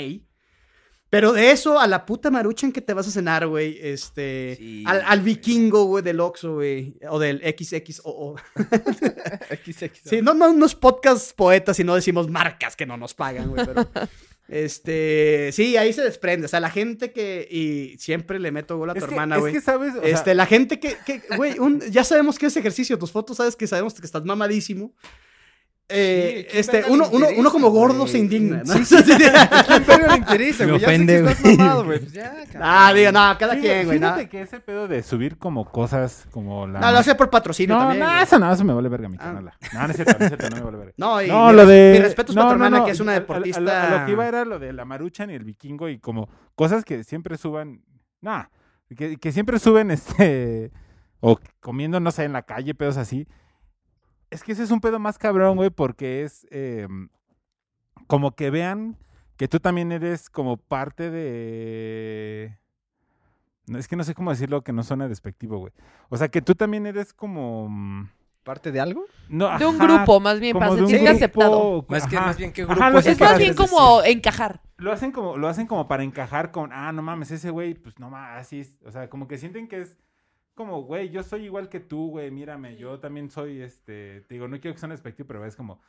Speaker 1: Pero de eso a la puta marucha en que te vas a cenar, güey. Este.
Speaker 5: Sí,
Speaker 1: al, al
Speaker 5: güey.
Speaker 1: vikingo, güey, del Oxxo, güey. O del XXOO.
Speaker 5: XX.
Speaker 1: Ah, Sí, no, no, no es podcast poeta, sino decimos marcas que no nos pagan, güey. Pero, este, sí, ahí se desprende. O sea, la gente que. Y siempre le meto gol a tu
Speaker 2: Es que-
Speaker 1: hermana,
Speaker 2: es
Speaker 1: güey.
Speaker 2: que, ¿sabes? O sea,
Speaker 1: este, la gente que, que, güey, un- ya sabemos que es ejercicio. Tus fotos, sabes que sabemos que estás mamadísimo. Eh,
Speaker 5: Sí, ¿quién
Speaker 1: este,
Speaker 5: verga le
Speaker 1: uno, uno,
Speaker 5: interesa,
Speaker 1: uno como gordo
Speaker 5: güey?
Speaker 1: se indigna, ¿no?
Speaker 5: Sí, sí, sí. ¿A quién verga le interesa,
Speaker 3: Me
Speaker 5: güey? Ya sé
Speaker 3: ofende,
Speaker 5: que estás
Speaker 3: güey.
Speaker 5: mamado, güey. Pues ya, cabrón.
Speaker 1: ah, digo, no, cada
Speaker 2: fíjate-
Speaker 1: quien, güey.
Speaker 2: Fíjate
Speaker 1: No,
Speaker 2: que ese pedo de subir como cosas como la...
Speaker 1: No, lo hace por patrocinio
Speaker 2: No,
Speaker 1: también.
Speaker 2: no,
Speaker 1: güey.
Speaker 2: eso no, eso me vale verga, mi
Speaker 1: Ah.
Speaker 2: canal. No, no es cierto, no es cierto, no me vale verga.
Speaker 1: No, y
Speaker 2: No,
Speaker 1: mi
Speaker 2: lo
Speaker 1: res-
Speaker 2: de.
Speaker 1: Mi respeto es
Speaker 2: no,
Speaker 1: para tu
Speaker 2: no,
Speaker 1: hermana,
Speaker 2: no,
Speaker 1: que es una
Speaker 2: a- a- a-
Speaker 1: deportista.
Speaker 2: A, lo- a lo que iba era lo de la maruchan y el vikingo y como cosas que siempre suban. Nah, que, que siempre suben este. O comiendo, no sé, en la calle, pedos así. Es que ese es un pedo más cabrón, güey, porque es. eh, como que vean que tú también eres como parte de. No, Es que no sé cómo decirlo que no suena despectivo, güey. O sea, que tú también eres como. mm,
Speaker 5: ¿Parte de algo?
Speaker 2: No,
Speaker 4: De un
Speaker 2: ajá,
Speaker 4: grupo, más bien, para
Speaker 2: como de un
Speaker 4: sentirte
Speaker 2: grupo,
Speaker 4: aceptado. Pues
Speaker 3: Más que-
Speaker 2: ajá.
Speaker 3: más bien que
Speaker 2: Ajá,
Speaker 3: grupo,
Speaker 2: lo
Speaker 3: es
Speaker 2: que
Speaker 4: Es más
Speaker 2: quieras
Speaker 4: bien
Speaker 2: decir.
Speaker 4: como encajar.
Speaker 2: Lo hacen como, lo hacen como para encajar con, ah, no mames, ese güey, pues no mames, así es. O sea, como que sienten que es como, güey, yo soy igual que tú, güey, mírame, yo también soy, este, te digo, no quiero que sea un despectivo, pero es como,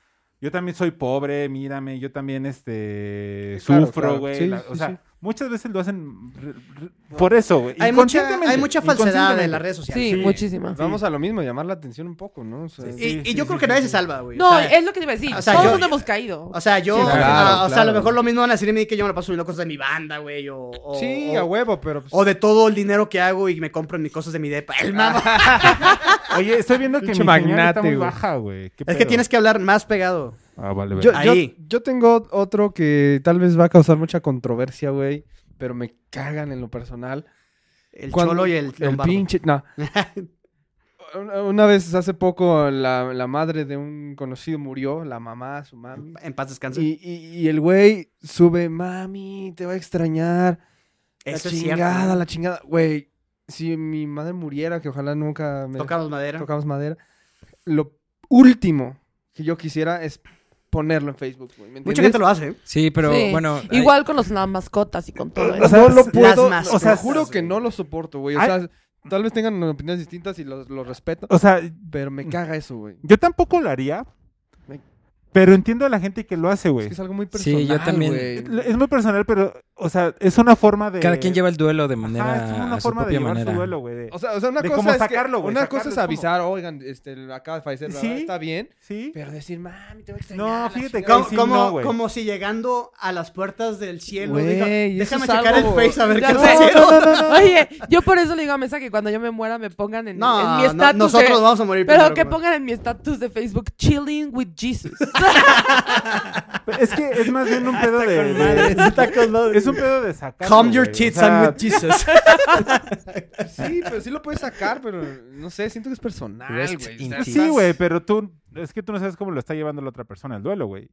Speaker 2: yo también soy pobre, mírame, yo también este
Speaker 5: Claro,
Speaker 2: sufro,
Speaker 5: claro.
Speaker 2: güey.
Speaker 5: Sí,
Speaker 2: la-
Speaker 5: sí,
Speaker 2: o sea,
Speaker 5: sí.
Speaker 2: muchas veces lo hacen r- r- por eso, güey.
Speaker 1: Hay mucha,
Speaker 2: inconscientemente,
Speaker 1: hay mucha falsedad en
Speaker 2: inconscientemente.
Speaker 1: las redes sociales.
Speaker 4: Sí,
Speaker 2: Sí.
Speaker 4: muchísima.
Speaker 5: Vamos a lo mismo, llamar la atención un poco, ¿no? O sea,
Speaker 1: Y,
Speaker 2: Sí.
Speaker 1: y yo creo que
Speaker 2: sí,
Speaker 1: nadie
Speaker 2: sí.
Speaker 1: se salva, güey.
Speaker 4: No,
Speaker 1: o sea,
Speaker 4: es lo que te iba a decir.
Speaker 1: o sea,
Speaker 4: Todos
Speaker 1: yo-
Speaker 4: mundo hemos caído.
Speaker 1: O sea, yo,
Speaker 5: Sí, claro,
Speaker 1: ah, o sea, a lo
Speaker 5: claro.
Speaker 1: mejor lo mismo van a decir de mí que yo me la paso viendo cosas de mi banda, güey, o, o-
Speaker 5: sí,
Speaker 1: o-
Speaker 5: a huevo, pero... pues,
Speaker 1: o de todo el dinero que hago y me compro en mis cosas de mi depa. El mamá.
Speaker 5: Ah,
Speaker 2: Oye, estoy viendo que mi
Speaker 5: Pinche
Speaker 2: señal está
Speaker 5: magnate,
Speaker 2: muy
Speaker 5: güey.
Speaker 2: baja, güey. ¿Qué
Speaker 1: Es que
Speaker 2: pedo?
Speaker 1: tienes que hablar más pegado.
Speaker 2: Ah, vale,
Speaker 5: yo,
Speaker 2: vale.
Speaker 5: yo-
Speaker 1: Ahí.
Speaker 5: yo tengo otro que tal vez va a causar mucha controversia, güey, pero me cagan en lo personal.
Speaker 1: El
Speaker 5: Cuando-
Speaker 1: cholo y el, lombardo.
Speaker 5: pinche. No. Una- Una vez hace poco la, la madre de un conocido murió, la mamá, su mami.
Speaker 1: En paz descanse.
Speaker 5: Y, y- y el güey sube, mami, te va a extrañar.
Speaker 1: Eso
Speaker 5: la
Speaker 1: es
Speaker 5: chingada,
Speaker 1: cierto.
Speaker 5: la chingada. Güey, si mi madre muriera, que ojalá nunca me
Speaker 1: Tocamos madera.
Speaker 5: tocamos madera. Lo último que yo quisiera es ponerlo en Facebook, güey. ¿me
Speaker 1: Mucha
Speaker 5: entiendes?
Speaker 1: gente lo hace. ¿eh?
Speaker 3: Sí, pero
Speaker 4: Sí.
Speaker 3: bueno. hay-
Speaker 4: Igual con los, las mascotas y con todo
Speaker 5: O
Speaker 4: eso.
Speaker 5: sea, no lo
Speaker 1: las
Speaker 5: puedo.
Speaker 1: mascotas,
Speaker 5: o sea, juro
Speaker 1: güey.
Speaker 5: que no lo soporto, güey. O
Speaker 2: Ay.
Speaker 5: sea, tal vez tengan opiniones distintas y los, los respeto.
Speaker 2: O sea,
Speaker 5: Pero me caga eso, güey.
Speaker 2: yo tampoco lo haría,
Speaker 5: Me-
Speaker 2: pero entiendo a la gente que lo hace,
Speaker 5: Es
Speaker 2: güey.
Speaker 5: que es algo muy
Speaker 3: Sí,
Speaker 5: personal. Sí,
Speaker 3: yo también.
Speaker 2: Es muy personal, pero, o sea, es una forma de...
Speaker 3: Cada quien lleva el duelo de
Speaker 2: Ajá,
Speaker 3: manera.
Speaker 2: es una
Speaker 3: a su
Speaker 2: forma de
Speaker 3: propia
Speaker 2: llevar
Speaker 3: manera.
Speaker 2: su duelo, güey. de-
Speaker 5: O sea, o sea, una
Speaker 2: De
Speaker 5: cosa
Speaker 2: cómo
Speaker 5: es que-
Speaker 2: sacarlo, güey,
Speaker 5: Una
Speaker 2: sacarlo
Speaker 5: cosa es
Speaker 2: es como-
Speaker 5: avisar, oigan, este, lo acaba de fallecer, ¿verdad?
Speaker 2: Sí.
Speaker 5: está bien.
Speaker 2: ¿Sí?
Speaker 5: Pero decir, mami, te voy a extrañar.
Speaker 2: No,
Speaker 5: la
Speaker 2: fíjate,
Speaker 5: chingada".
Speaker 1: Como,
Speaker 2: Ahí sí
Speaker 1: como,
Speaker 2: no, güey.
Speaker 1: como si llegando a las puertas del cielo.
Speaker 5: Güey,
Speaker 1: diga,
Speaker 5: eso
Speaker 1: déjame
Speaker 5: es
Speaker 1: checar
Speaker 5: algo-
Speaker 1: el face a ver
Speaker 4: Ya
Speaker 1: qué
Speaker 4: no,
Speaker 1: pasó.
Speaker 4: no, no, no, no. Oye, yo por eso le digo a Mesa que cuando yo me muera me pongan en,
Speaker 1: No,
Speaker 4: en mi
Speaker 1: no,
Speaker 4: estatus.
Speaker 1: nosotros
Speaker 4: de-
Speaker 1: vamos a morir
Speaker 4: Pero
Speaker 1: primero,
Speaker 4: que
Speaker 1: güey.
Speaker 4: pongan en mi estatus de Facebook Chilling with Jesus.
Speaker 2: Es que es más bien un pedo de... de-
Speaker 1: Está con madre.
Speaker 2: es un pedo de sacar.
Speaker 1: Calm your tits, I'm with Jesus.
Speaker 5: Sí, pero sí lo puedes sacar, pero no sé, siento que es personal,
Speaker 3: Rest
Speaker 5: güey.
Speaker 3: in
Speaker 5: O sea,
Speaker 3: peace.
Speaker 2: Sí, güey, pero tú... Es que tú no sabes cómo lo está llevando la otra persona el duelo, güey.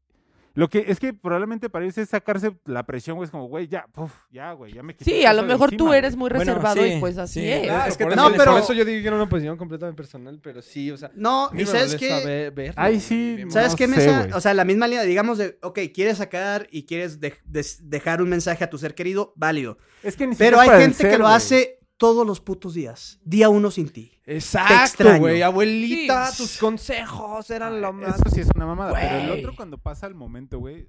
Speaker 2: Lo que es que probablemente para ellos es sacarse la presión, güey. Es como, güey, ya, puf, ya, güey, ya me quité
Speaker 4: sí, a
Speaker 2: eso
Speaker 4: lo
Speaker 2: de
Speaker 4: mejor tú
Speaker 2: encima,
Speaker 4: eres muy
Speaker 3: Bueno,
Speaker 4: reservado
Speaker 3: sí,
Speaker 4: y pues así
Speaker 3: sí.
Speaker 4: es.
Speaker 5: Claro,
Speaker 3: Es que
Speaker 5: por,
Speaker 1: también-
Speaker 5: eso,
Speaker 1: pero-
Speaker 5: por eso yo dije que era una opinión completamente personal, pero sí, o sea.
Speaker 1: No,
Speaker 5: a mí
Speaker 1: y
Speaker 5: me
Speaker 1: sabes
Speaker 5: molesta
Speaker 1: que.
Speaker 5: ver- verlo,
Speaker 2: Ay,
Speaker 5: güey,
Speaker 2: sí,
Speaker 5: me
Speaker 1: ¿Sabes
Speaker 2: No
Speaker 1: qué,
Speaker 2: sé,
Speaker 1: Mesa?
Speaker 2: güey.
Speaker 1: o sea, la misma línea, digamos, de, ok, quieres sacar y quieres de- des- dejar un mensaje a tu ser querido, válido.
Speaker 2: Es que ni
Speaker 1: Pero
Speaker 2: siquiera
Speaker 1: hay
Speaker 2: para el
Speaker 1: gente que
Speaker 2: ser,
Speaker 1: lo
Speaker 2: güey.
Speaker 1: hace todos los putos días. Día uno sin ti.
Speaker 5: Exacto,
Speaker 1: extraño.
Speaker 5: güey. Abuelita,
Speaker 1: Sí.
Speaker 5: tus consejos eran lo más.
Speaker 2: Eso sí es una mamada. Pero el
Speaker 4: Güey.
Speaker 2: otro cuando pasa el momento, güey.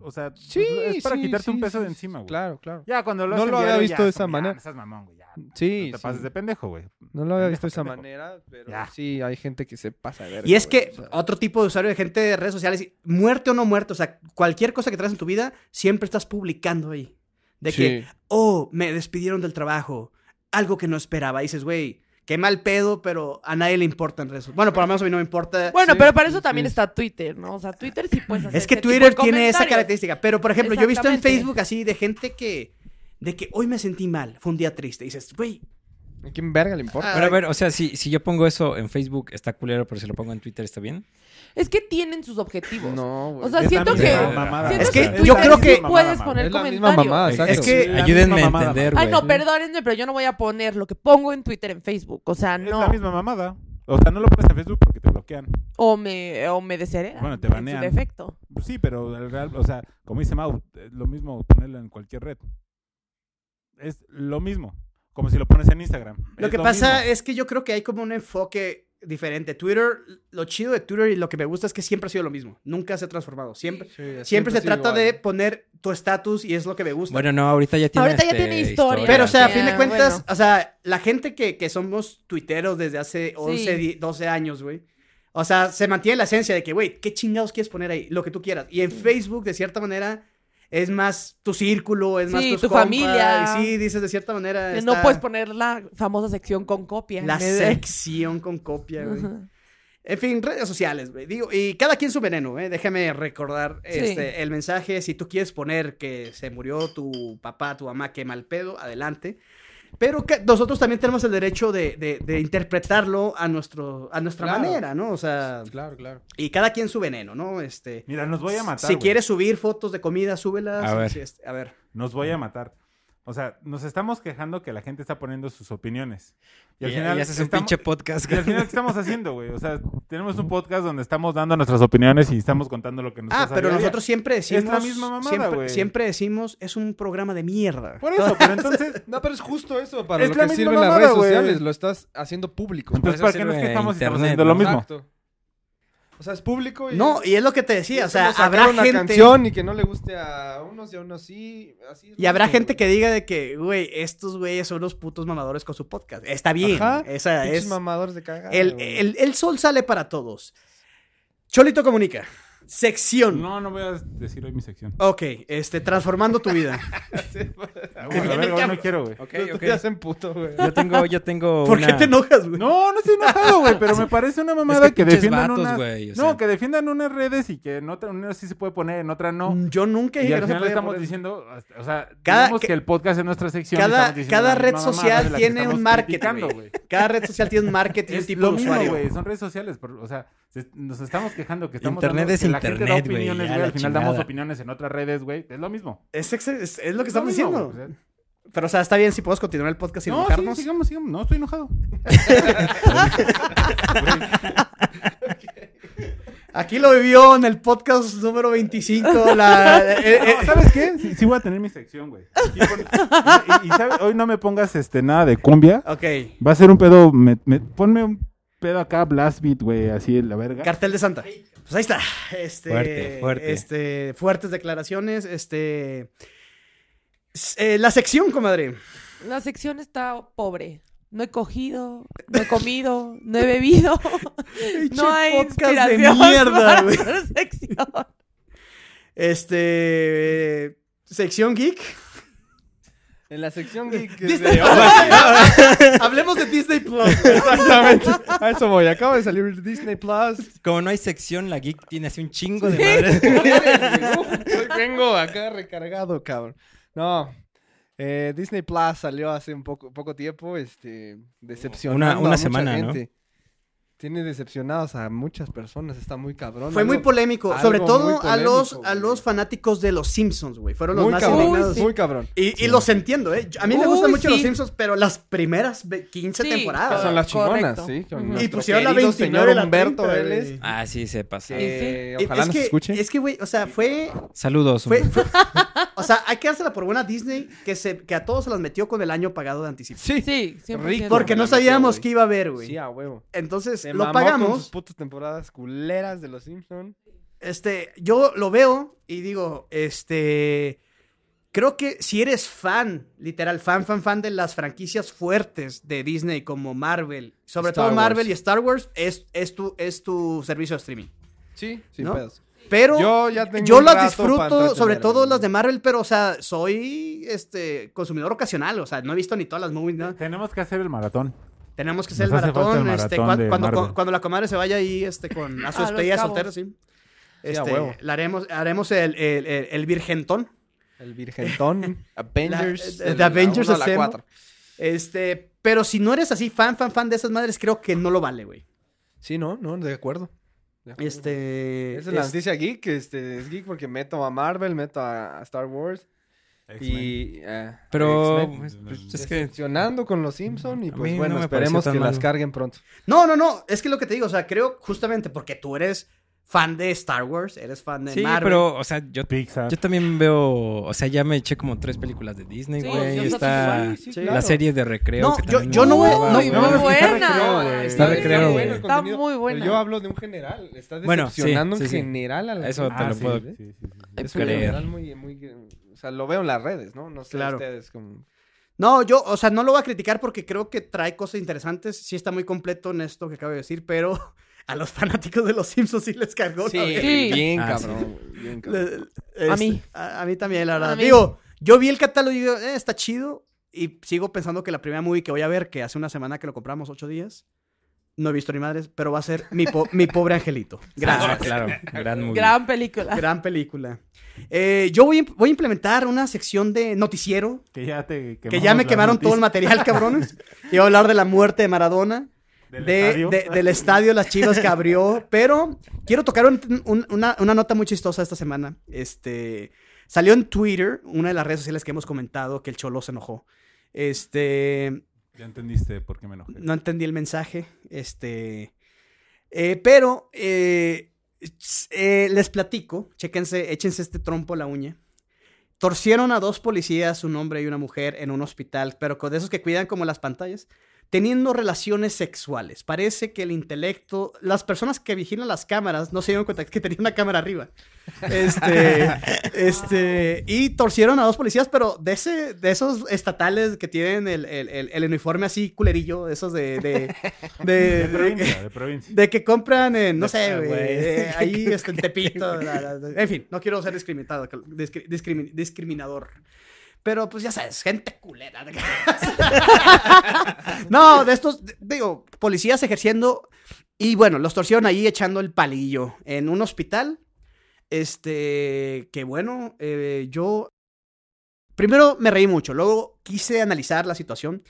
Speaker 2: O sea, pues,
Speaker 5: Sí,
Speaker 2: es para
Speaker 5: sí,
Speaker 2: quitarte un
Speaker 5: sí,
Speaker 2: peso
Speaker 5: sí,
Speaker 2: de
Speaker 5: sí,
Speaker 2: encima, güey.
Speaker 5: Claro, claro.
Speaker 2: Ya, cuando lo
Speaker 5: No
Speaker 2: hacen
Speaker 5: lo había
Speaker 2: diario,
Speaker 5: visto
Speaker 2: ya
Speaker 5: de
Speaker 2: es
Speaker 5: esa
Speaker 2: como, ya,
Speaker 5: manera.
Speaker 2: No seas mamón, güey. Ya.
Speaker 5: Sí,
Speaker 2: no te
Speaker 5: sí.
Speaker 2: pases de pendejo, güey.
Speaker 5: No lo había
Speaker 2: Pendejo,
Speaker 5: visto de esa
Speaker 2: pendejo.
Speaker 5: manera, pero
Speaker 2: Ya.
Speaker 5: sí, hay gente que se pasa de verga,
Speaker 1: Y es
Speaker 5: güey,
Speaker 1: que oh,
Speaker 5: o sea.
Speaker 1: otro tipo de usuario de gente de redes sociales, muerte o no muerte, o sea, cualquier cosa que traes en tu vida, siempre estás publicando ahí. De que,
Speaker 5: Sí.
Speaker 1: oh, me despidieron del trabajo, algo que no esperaba. Y dices, güey, qué mal pedo, pero a nadie le importa en redes sociales. Bueno, por lo menos a mí no me importa.
Speaker 4: Bueno,
Speaker 5: Sí,
Speaker 4: pero para
Speaker 5: sí,
Speaker 4: eso
Speaker 5: sí.
Speaker 4: también está Twitter, ¿no? O sea, Twitter sí puedes hacer
Speaker 1: Es que
Speaker 4: ese tipo
Speaker 1: Twitter
Speaker 4: de
Speaker 1: tiene esa
Speaker 4: comentarios.
Speaker 1: característica. Pero, por ejemplo, yo he visto en
Speaker 4: Exactamente.
Speaker 1: Facebook así de gente que. De que hoy me sentí mal, fue un día triste. Y dices, güey,
Speaker 5: ¿A quién verga le
Speaker 1: Ah,
Speaker 5: importa?
Speaker 3: Pero a ver, o sea, si, si yo pongo eso en Facebook, está culero, pero si lo pongo en Twitter, ¿está bien?
Speaker 4: Es que tienen sus objetivos.
Speaker 5: No, güey.
Speaker 4: O sea,
Speaker 2: Es
Speaker 4: siento
Speaker 2: también
Speaker 4: que.
Speaker 2: una mamada.
Speaker 4: siento
Speaker 1: Es que
Speaker 4: en
Speaker 1: yo
Speaker 4: Twitter
Speaker 1: creo
Speaker 4: sí
Speaker 1: que-
Speaker 4: puedes poner
Speaker 5: es la misma
Speaker 4: comentarios.
Speaker 2: Ah,
Speaker 5: mamada, exacto.
Speaker 1: Es que-
Speaker 5: Sí.
Speaker 2: la
Speaker 3: Ayúdenme a
Speaker 2: misma mamada,
Speaker 3: entender, güey.
Speaker 4: Ay, no, perdónenme, pero yo no voy a poner lo que pongo en Twitter en Facebook. O sea,
Speaker 2: Es la
Speaker 4: no.
Speaker 2: misma mamada. O sea, no lo pones en Facebook porque te bloquean.
Speaker 4: O me, o me desheredan.
Speaker 2: Bueno, te
Speaker 4: en su
Speaker 2: banean.
Speaker 4: defecto.
Speaker 2: Pues sí, pero el real, o sea, como dice Mau, es lo mismo ponerlo en cualquier red. Es lo mismo. Como si lo pones en Instagram.
Speaker 1: Lo
Speaker 2: Es
Speaker 1: que pasa
Speaker 2: mismo.
Speaker 1: es que yo creo que hay como un enfoque diferente. Twitter, lo chido de Twitter y lo que me gusta es que siempre ha sido lo mismo. Nunca se ha transformado. Siempre,
Speaker 5: Sí, siempre
Speaker 1: siempre, se
Speaker 5: es
Speaker 1: trata
Speaker 5: igual.
Speaker 1: de poner tu estatus y es lo que me gusta.
Speaker 3: Bueno, no, ahorita ya tiene.
Speaker 4: Ahorita ya
Speaker 3: este,
Speaker 4: tiene historia.
Speaker 1: pero, o sea, a fin
Speaker 4: Ah,
Speaker 1: de cuentas,
Speaker 4: bueno.
Speaker 1: o sea, la gente que, que somos tuiteros desde hace 11, di- 12 años, güey. O sea, se mantiene la esencia de que, güey, ¿qué chingados quieres poner ahí? Lo que tú quieras. Y en Facebook, de cierta manera, es más tu círculo, es más
Speaker 4: Sí,
Speaker 1: tus
Speaker 4: tu
Speaker 1: compas,
Speaker 4: familia.
Speaker 1: Y sí, dices, de cierta manera.
Speaker 4: Que No
Speaker 1: está
Speaker 4: puedes poner la famosa sección con copia. en
Speaker 1: La
Speaker 4: vez de-
Speaker 1: sección con copia, güey.
Speaker 4: Ajá.
Speaker 1: En fin, redes sociales, güey. Digo, y cada quien su veneno, ¿eh? Déjame recordar
Speaker 4: Sí.
Speaker 1: este, el mensaje. Si tú quieres poner que se murió tu papá, tu mamá, qué mal pedo, adelante. Pero que nosotros también tenemos el derecho de, de- de interpretarlo a, nuestro, a nuestra
Speaker 5: Claro.
Speaker 1: manera, ¿no? O sea,
Speaker 5: Claro, claro.
Speaker 1: y cada quien su veneno, ¿no? Este,
Speaker 2: Mira, nos voy a matar.
Speaker 1: si
Speaker 2: güey.
Speaker 1: quieres subir fotos de comida, súbelas.
Speaker 3: A ver.
Speaker 1: Sí, este, a ver.
Speaker 2: Nos voy a matar. O sea, nos estamos quejando que la gente está poniendo sus opiniones.
Speaker 3: Y, al final. haces un
Speaker 2: estamos-
Speaker 3: pinche podcast.
Speaker 2: Y al final, ¿qué estamos haciendo, güey? O sea, tenemos un podcast donde estamos dando nuestras opiniones y estamos contando lo que nos
Speaker 1: Ah,
Speaker 2: pasa
Speaker 1: pero
Speaker 2: diario.
Speaker 1: nosotros siempre decimos.
Speaker 2: la misma mamada,
Speaker 1: siempre,
Speaker 2: güey.
Speaker 1: siempre decimos, es un programa de mierda.
Speaker 2: Por eso, pero
Speaker 3: Pues
Speaker 2: entonces...
Speaker 5: No, pero es justo eso, para
Speaker 2: Es
Speaker 5: lo
Speaker 2: la
Speaker 5: que
Speaker 2: misma
Speaker 5: sirven las
Speaker 2: mamada,
Speaker 5: redes
Speaker 2: güey.
Speaker 5: sociales, lo estás haciendo público.
Speaker 2: Entonces,
Speaker 3: Por
Speaker 2: ¿para
Speaker 3: eso
Speaker 2: qué nos
Speaker 3: sirve
Speaker 2: quejamos si estamos
Speaker 3: internet,
Speaker 2: haciendo lo
Speaker 3: ¿no?
Speaker 2: mismo?
Speaker 5: Exacto. O sea, es público y...
Speaker 1: No, y es lo que te
Speaker 5: y
Speaker 1: decía, o
Speaker 5: es
Speaker 1: sea,
Speaker 5: como sacar
Speaker 1: habrá
Speaker 5: una
Speaker 1: gente...
Speaker 5: canción y que no le guste a unos y a unos sí. Así es
Speaker 1: Y habrá
Speaker 5: lógico,
Speaker 1: gente
Speaker 5: güey.
Speaker 1: que diga de que, güey, estos güeyes son los putos mamadores con su podcast. Está bien.
Speaker 5: Ajá,
Speaker 1: esa
Speaker 5: Pinches
Speaker 1: es.
Speaker 5: mamadores de cagada.
Speaker 1: El,
Speaker 5: güey.
Speaker 1: el- el sol sale para todos. Cholito comunica. Sección.
Speaker 2: No, no voy a decir hoy mi sección.
Speaker 1: Ok, este, transformando tu vida.
Speaker 2: Ah, bueno, la verga, hoy no quiero, güey.
Speaker 3: Ok,
Speaker 5: Tú
Speaker 3: ok.
Speaker 5: te hacen puto, güey.
Speaker 3: Yo tengo, yo tengo
Speaker 1: ¿Por
Speaker 3: una...
Speaker 1: qué te enojas, güey?
Speaker 2: No, no estoy enojado, güey, pero me parece una mamada
Speaker 3: Es que
Speaker 2: que,
Speaker 3: pinches
Speaker 2: defiendan
Speaker 3: vatos,
Speaker 2: unas...
Speaker 3: güey, o
Speaker 2: no,
Speaker 3: sea.
Speaker 2: que defiendan unas redes y que en otra una sí se puede poner, en otra no.
Speaker 1: Yo nunca
Speaker 2: Y
Speaker 1: dije que no
Speaker 2: al
Speaker 1: se
Speaker 2: final
Speaker 1: podía
Speaker 2: estamos
Speaker 1: poner.
Speaker 2: diciendo, o sea,
Speaker 1: Cada-
Speaker 2: digamos
Speaker 1: que-
Speaker 2: que, el podcast es nuestra sección. y
Speaker 1: cada-
Speaker 2: estamos diciendo
Speaker 1: cada
Speaker 2: la
Speaker 1: red
Speaker 2: misma mamada
Speaker 1: social
Speaker 2: de la que
Speaker 1: tiene
Speaker 2: estamos
Speaker 1: un marketing,
Speaker 2: criticando,
Speaker 1: güey.
Speaker 2: güey.
Speaker 1: Cada red social tiene un marketing, un
Speaker 2: Es
Speaker 1: tipo
Speaker 2: lo
Speaker 1: de
Speaker 2: mismo,
Speaker 1: usuario.
Speaker 2: güey, son redes sociales, pero, o sea, se- nos estamos quejando que estamos
Speaker 3: Internet
Speaker 2: dando-
Speaker 3: es
Speaker 2: que la gente da
Speaker 3: internet, güey,
Speaker 2: opiniones,
Speaker 3: ya
Speaker 2: güey,
Speaker 3: la
Speaker 2: al final damos
Speaker 3: chingada.
Speaker 2: opiniones en otras redes, güey, es lo mismo.
Speaker 1: Es, ex- es- es lo que
Speaker 2: Es
Speaker 1: estamos
Speaker 2: lo mismo,
Speaker 1: diciendo.
Speaker 2: güey, o sea.
Speaker 1: Pero, o sea, está bien si podemos continuar el podcast sin
Speaker 2: no,
Speaker 1: enojarnos.
Speaker 2: sí, sigamos, sigamos, no estoy enojado.
Speaker 1: Aquí lo vivió en el podcast número 25. La, eh, eh,
Speaker 2: No, ¿Sabes qué? Sí, sí voy a tener mi sección, güey. Aquí pon- Y, y, ¿sabes? hoy no me pongas este nada de cumbia.
Speaker 1: eh, ok.
Speaker 2: Va a ser un pedo, me- me- ponme un pedo acá, blast beat, güey, así la verga.
Speaker 1: Cartel de Santa. Pues ahí está. Este,
Speaker 3: Fuerte, fuerte.
Speaker 1: Este, fuertes declaraciones. Este. S- eh, la sección, comadre.
Speaker 4: La sección está pobre. No he cogido, no he comido, no he bebido.
Speaker 1: Pinche
Speaker 4: no hay
Speaker 1: podcast de
Speaker 4: inspiración
Speaker 1: mierda,
Speaker 4: para
Speaker 1: güey.
Speaker 4: hacer sección.
Speaker 1: Este. Sección geek.
Speaker 5: En la sección geek que
Speaker 1: Disney
Speaker 5: de-
Speaker 1: Hablemos de Disney Plus. güey.
Speaker 5: Exactamente. A eso voy. Acaba de salir Disney Plus.
Speaker 3: Como no hay sección, la geek tiene así un chingo de madres.
Speaker 5: Hoy vengo acá recargado, cabrón. No. eh, Disney Plus salió hace un poco, poco tiempo, este, decepcionando
Speaker 3: Una-
Speaker 5: a
Speaker 3: una
Speaker 5: mucha
Speaker 3: semana, ¿no?
Speaker 5: gente. Tiene decepcionados a muchas personas, está muy cabrón.
Speaker 1: Fue muy
Speaker 5: Algo
Speaker 1: polémico.
Speaker 5: algo
Speaker 1: Sobre
Speaker 5: muy
Speaker 1: todo a
Speaker 5: polémico,
Speaker 1: los, a
Speaker 5: güey.
Speaker 1: los fanáticos de los Simpsons, güey. Fueron los
Speaker 5: Muy
Speaker 1: más
Speaker 5: cabrón,
Speaker 1: indignados.
Speaker 5: muy cabrón.
Speaker 1: Y, y los entiendo, ¿eh? Yo- A mí me gustan
Speaker 4: Uy,
Speaker 1: mucho los
Speaker 4: sí.
Speaker 1: Simpsons, pero las primeras ve- 15
Speaker 4: Sí,
Speaker 1: temporadas.
Speaker 5: Son las
Speaker 4: Correcto.
Speaker 5: chingonas, sí.
Speaker 4: Ujú.
Speaker 5: con
Speaker 4: Y
Speaker 1: Y
Speaker 5: nuestro
Speaker 1: pusieron la
Speaker 5: querido
Speaker 1: 29
Speaker 5: señor
Speaker 1: de la
Speaker 5: Humberto
Speaker 1: 30,
Speaker 5: Vélez.
Speaker 1: güey.
Speaker 3: Ah, sí, se pasa.
Speaker 5: que
Speaker 1: Es- Eh,
Speaker 5: ojalá
Speaker 1: es
Speaker 5: nos
Speaker 1: que,
Speaker 5: escuche.
Speaker 1: Es este, que, güey, o sea, fue,
Speaker 3: Saludos.
Speaker 1: fue,
Speaker 3: hombre.
Speaker 1: fue- O sea, hay que dársela por buena a Disney que, se, que a todos se las metió con el año pagado de anticipación.
Speaker 5: Sí.
Speaker 4: Sí, 100%.
Speaker 5: Rico.
Speaker 1: Porque no
Speaker 5: Me la metió,
Speaker 1: sabíamos
Speaker 5: güey.
Speaker 1: qué iba a haber, güey.
Speaker 5: Sí, a huevo.
Speaker 1: Entonces,
Speaker 5: Se
Speaker 1: lo
Speaker 5: mamó con
Speaker 1: pagamos.
Speaker 5: sus putas temporadas culeras de los Simpsons.
Speaker 1: Este, yo lo veo y digo, este. Creo que si eres fan, literal, fan, fan, fan de las franquicias fuertes de Disney como Marvel, sobre
Speaker 5: Star
Speaker 1: todo Marvel
Speaker 5: Wars.
Speaker 1: y Star Wars, es, es, tu, es tu servicio de streaming.
Speaker 5: Sí, sin
Speaker 1: ¿No?
Speaker 5: pedos.
Speaker 1: Pero yo,
Speaker 5: Yo ya tengo un
Speaker 1: las
Speaker 5: rato para
Speaker 1: disfruto,
Speaker 5: entretenerme,
Speaker 1: sobre todo
Speaker 5: güey.
Speaker 1: las de Marvel, pero, o sea, soy este consumidor ocasional, o sea, no he visto ni todas las movies, ¿no?
Speaker 2: Tenemos que hacer el maratón.
Speaker 1: Tenemos que hacer el
Speaker 2: Nos hace falta
Speaker 1: maratón,
Speaker 2: el
Speaker 1: este,
Speaker 2: maratón
Speaker 1: cua-
Speaker 2: de
Speaker 1: cuando,
Speaker 2: Marvel.
Speaker 1: cuando la comadre se vaya ahí este, con, a su
Speaker 4: A Los
Speaker 1: despedida
Speaker 4: Cabos.
Speaker 1: soltera, sí.
Speaker 5: Sí, a
Speaker 1: Este,
Speaker 5: huevo.
Speaker 1: la haremos, haremos el, el, el- el virgentón.
Speaker 5: El Virgentón, Avengers.
Speaker 1: La-
Speaker 5: de
Speaker 1: The
Speaker 5: la
Speaker 1: Avengers
Speaker 5: uno a la
Speaker 1: Assemble.
Speaker 5: cuatro.
Speaker 1: Este, pero si no eres así fan, fan, fan de esas madres, creo que no lo vale, güey.
Speaker 5: Sí, no, no, de acuerdo. De acuerdo.
Speaker 1: Este.
Speaker 5: Esa es la
Speaker 1: es-
Speaker 5: noticia geek. Este, es geek porque meto a Marvel, meto a a Star Wars. Y. eh,
Speaker 3: Pero
Speaker 5: X-Men.
Speaker 3: pues, pues, es que
Speaker 5: Decepcionando con los Simpsons y
Speaker 3: A
Speaker 5: pues
Speaker 3: mí
Speaker 5: bueno,
Speaker 3: no me
Speaker 5: esperemos
Speaker 3: pareció tan
Speaker 5: que las
Speaker 3: malo.
Speaker 5: carguen pronto.
Speaker 1: No, no, no. Es que lo que te digo, o sea, creo justamente porque tú eres fan de Star Wars, eres fan de
Speaker 3: sí,
Speaker 1: Marvel.
Speaker 3: pero o sea, yo
Speaker 2: Pixar.
Speaker 3: yo también veo, o sea, ya me eché como tres películas de Disney,
Speaker 4: Sí,
Speaker 3: güey.
Speaker 4: yo
Speaker 3: está
Speaker 4: también, sí,
Speaker 1: sí,
Speaker 3: la
Speaker 1: claro.
Speaker 3: serie de recreo.
Speaker 1: No,
Speaker 3: que
Speaker 1: yo-
Speaker 3: también
Speaker 1: yo
Speaker 3: me
Speaker 1: no voy-
Speaker 3: gustaba,
Speaker 1: no,
Speaker 3: güey. Ah,
Speaker 1: no,
Speaker 4: muy
Speaker 1: no,
Speaker 5: recreo,
Speaker 4: buena.
Speaker 5: güey.
Speaker 3: Está recreo,
Speaker 4: muy
Speaker 3: güey.
Speaker 4: buena,
Speaker 5: el
Speaker 4: Está
Speaker 5: contenido,
Speaker 4: muy buena.
Speaker 5: Pero yo hablo de un general. Está
Speaker 3: Bueno, sí,
Speaker 5: decepcionando
Speaker 3: sí, sí.
Speaker 5: en general a la
Speaker 3: Eso
Speaker 5: gente. Ah,
Speaker 3: te lo
Speaker 2: Ah, sí,
Speaker 3: puedo-
Speaker 2: sí, sí, sí, sí.
Speaker 5: Es un
Speaker 3: creer.
Speaker 5: general muy, muy. O sea, lo veo en las redes, ¿no? No sé
Speaker 1: Claro.
Speaker 5: ustedes como.
Speaker 1: No, yo, o sea, no lo voy a criticar porque creo que trae cosas interesantes. Sí está muy completo en esto que acabo de decir, pero a los fanáticos de los Simpsons sí les cargó. la verga.
Speaker 4: Sí.
Speaker 5: bien
Speaker 3: Ah,
Speaker 5: cabrón. güey, Bien cabrón.
Speaker 1: Le- este,
Speaker 4: mí.
Speaker 1: A, a mí también, la verdad.
Speaker 4: mí.
Speaker 1: Digo, yo vi el catálogo y digo, "Eh, está chido. Y sigo pensando que la primera movie que voy a ver, que hace una semana que lo compramos, ocho días, no he visto ni madres, pero va a ser Mi, po- mi pobre angelito.
Speaker 3: Ah,
Speaker 1: Gracias.
Speaker 3: claro, gran movie.
Speaker 4: Gran película.
Speaker 1: Gran película. Eh, yo voy, a imp- voy a implementar una sección de noticiero
Speaker 2: Que ya te
Speaker 1: que ya me quemaron todo el material, cabrones. Iba a hablar de la muerte de Maradona,
Speaker 2: Del
Speaker 1: de-
Speaker 2: estadio.
Speaker 1: de- del estadio Las Chivas que abrió, pero quiero tocar un- un- una, una nota muy chistosa esta semana. Este, salió en Twitter, una de las redes sociales que hemos comentado, que el Cholo se enojó. Este,
Speaker 2: Ya entendiste por qué me enojé.
Speaker 1: no entendí el mensaje, este, eh, pero eh, s- eh, les platico, chéquense, échense este trompo a la uña. Torcieron a dos policías, un hombre y una mujer, en un hospital, pero con de esos que cuidan como las pantallas. teniendo relaciones sexuales. Parece que el intelecto, las personas que vigilan las cámaras no se dieron cuenta que tenía una cámara arriba. Este, este, y torcieron a dos policías, pero de ese, de esos estatales que tienen el, el- el- el uniforme así culerillo, esos de, de, de-
Speaker 2: De provincia, de provincia.
Speaker 1: de que compran en, no
Speaker 3: De-
Speaker 1: sé,
Speaker 3: ah,
Speaker 1: güey,
Speaker 3: güey.
Speaker 1: eh, ahí este, en Tepito. la- la- en fin, no quiero ser discriminado, discri- discrimi- discriminador. Pero pues ya sabes, gente culera. no, de estos, de- digo, policías ejerciendo. Y bueno, los torcieron ahí echando el palillo en un hospital. Este, que bueno, eh, yo. Primero me reí mucho, luego quise analizar la situación.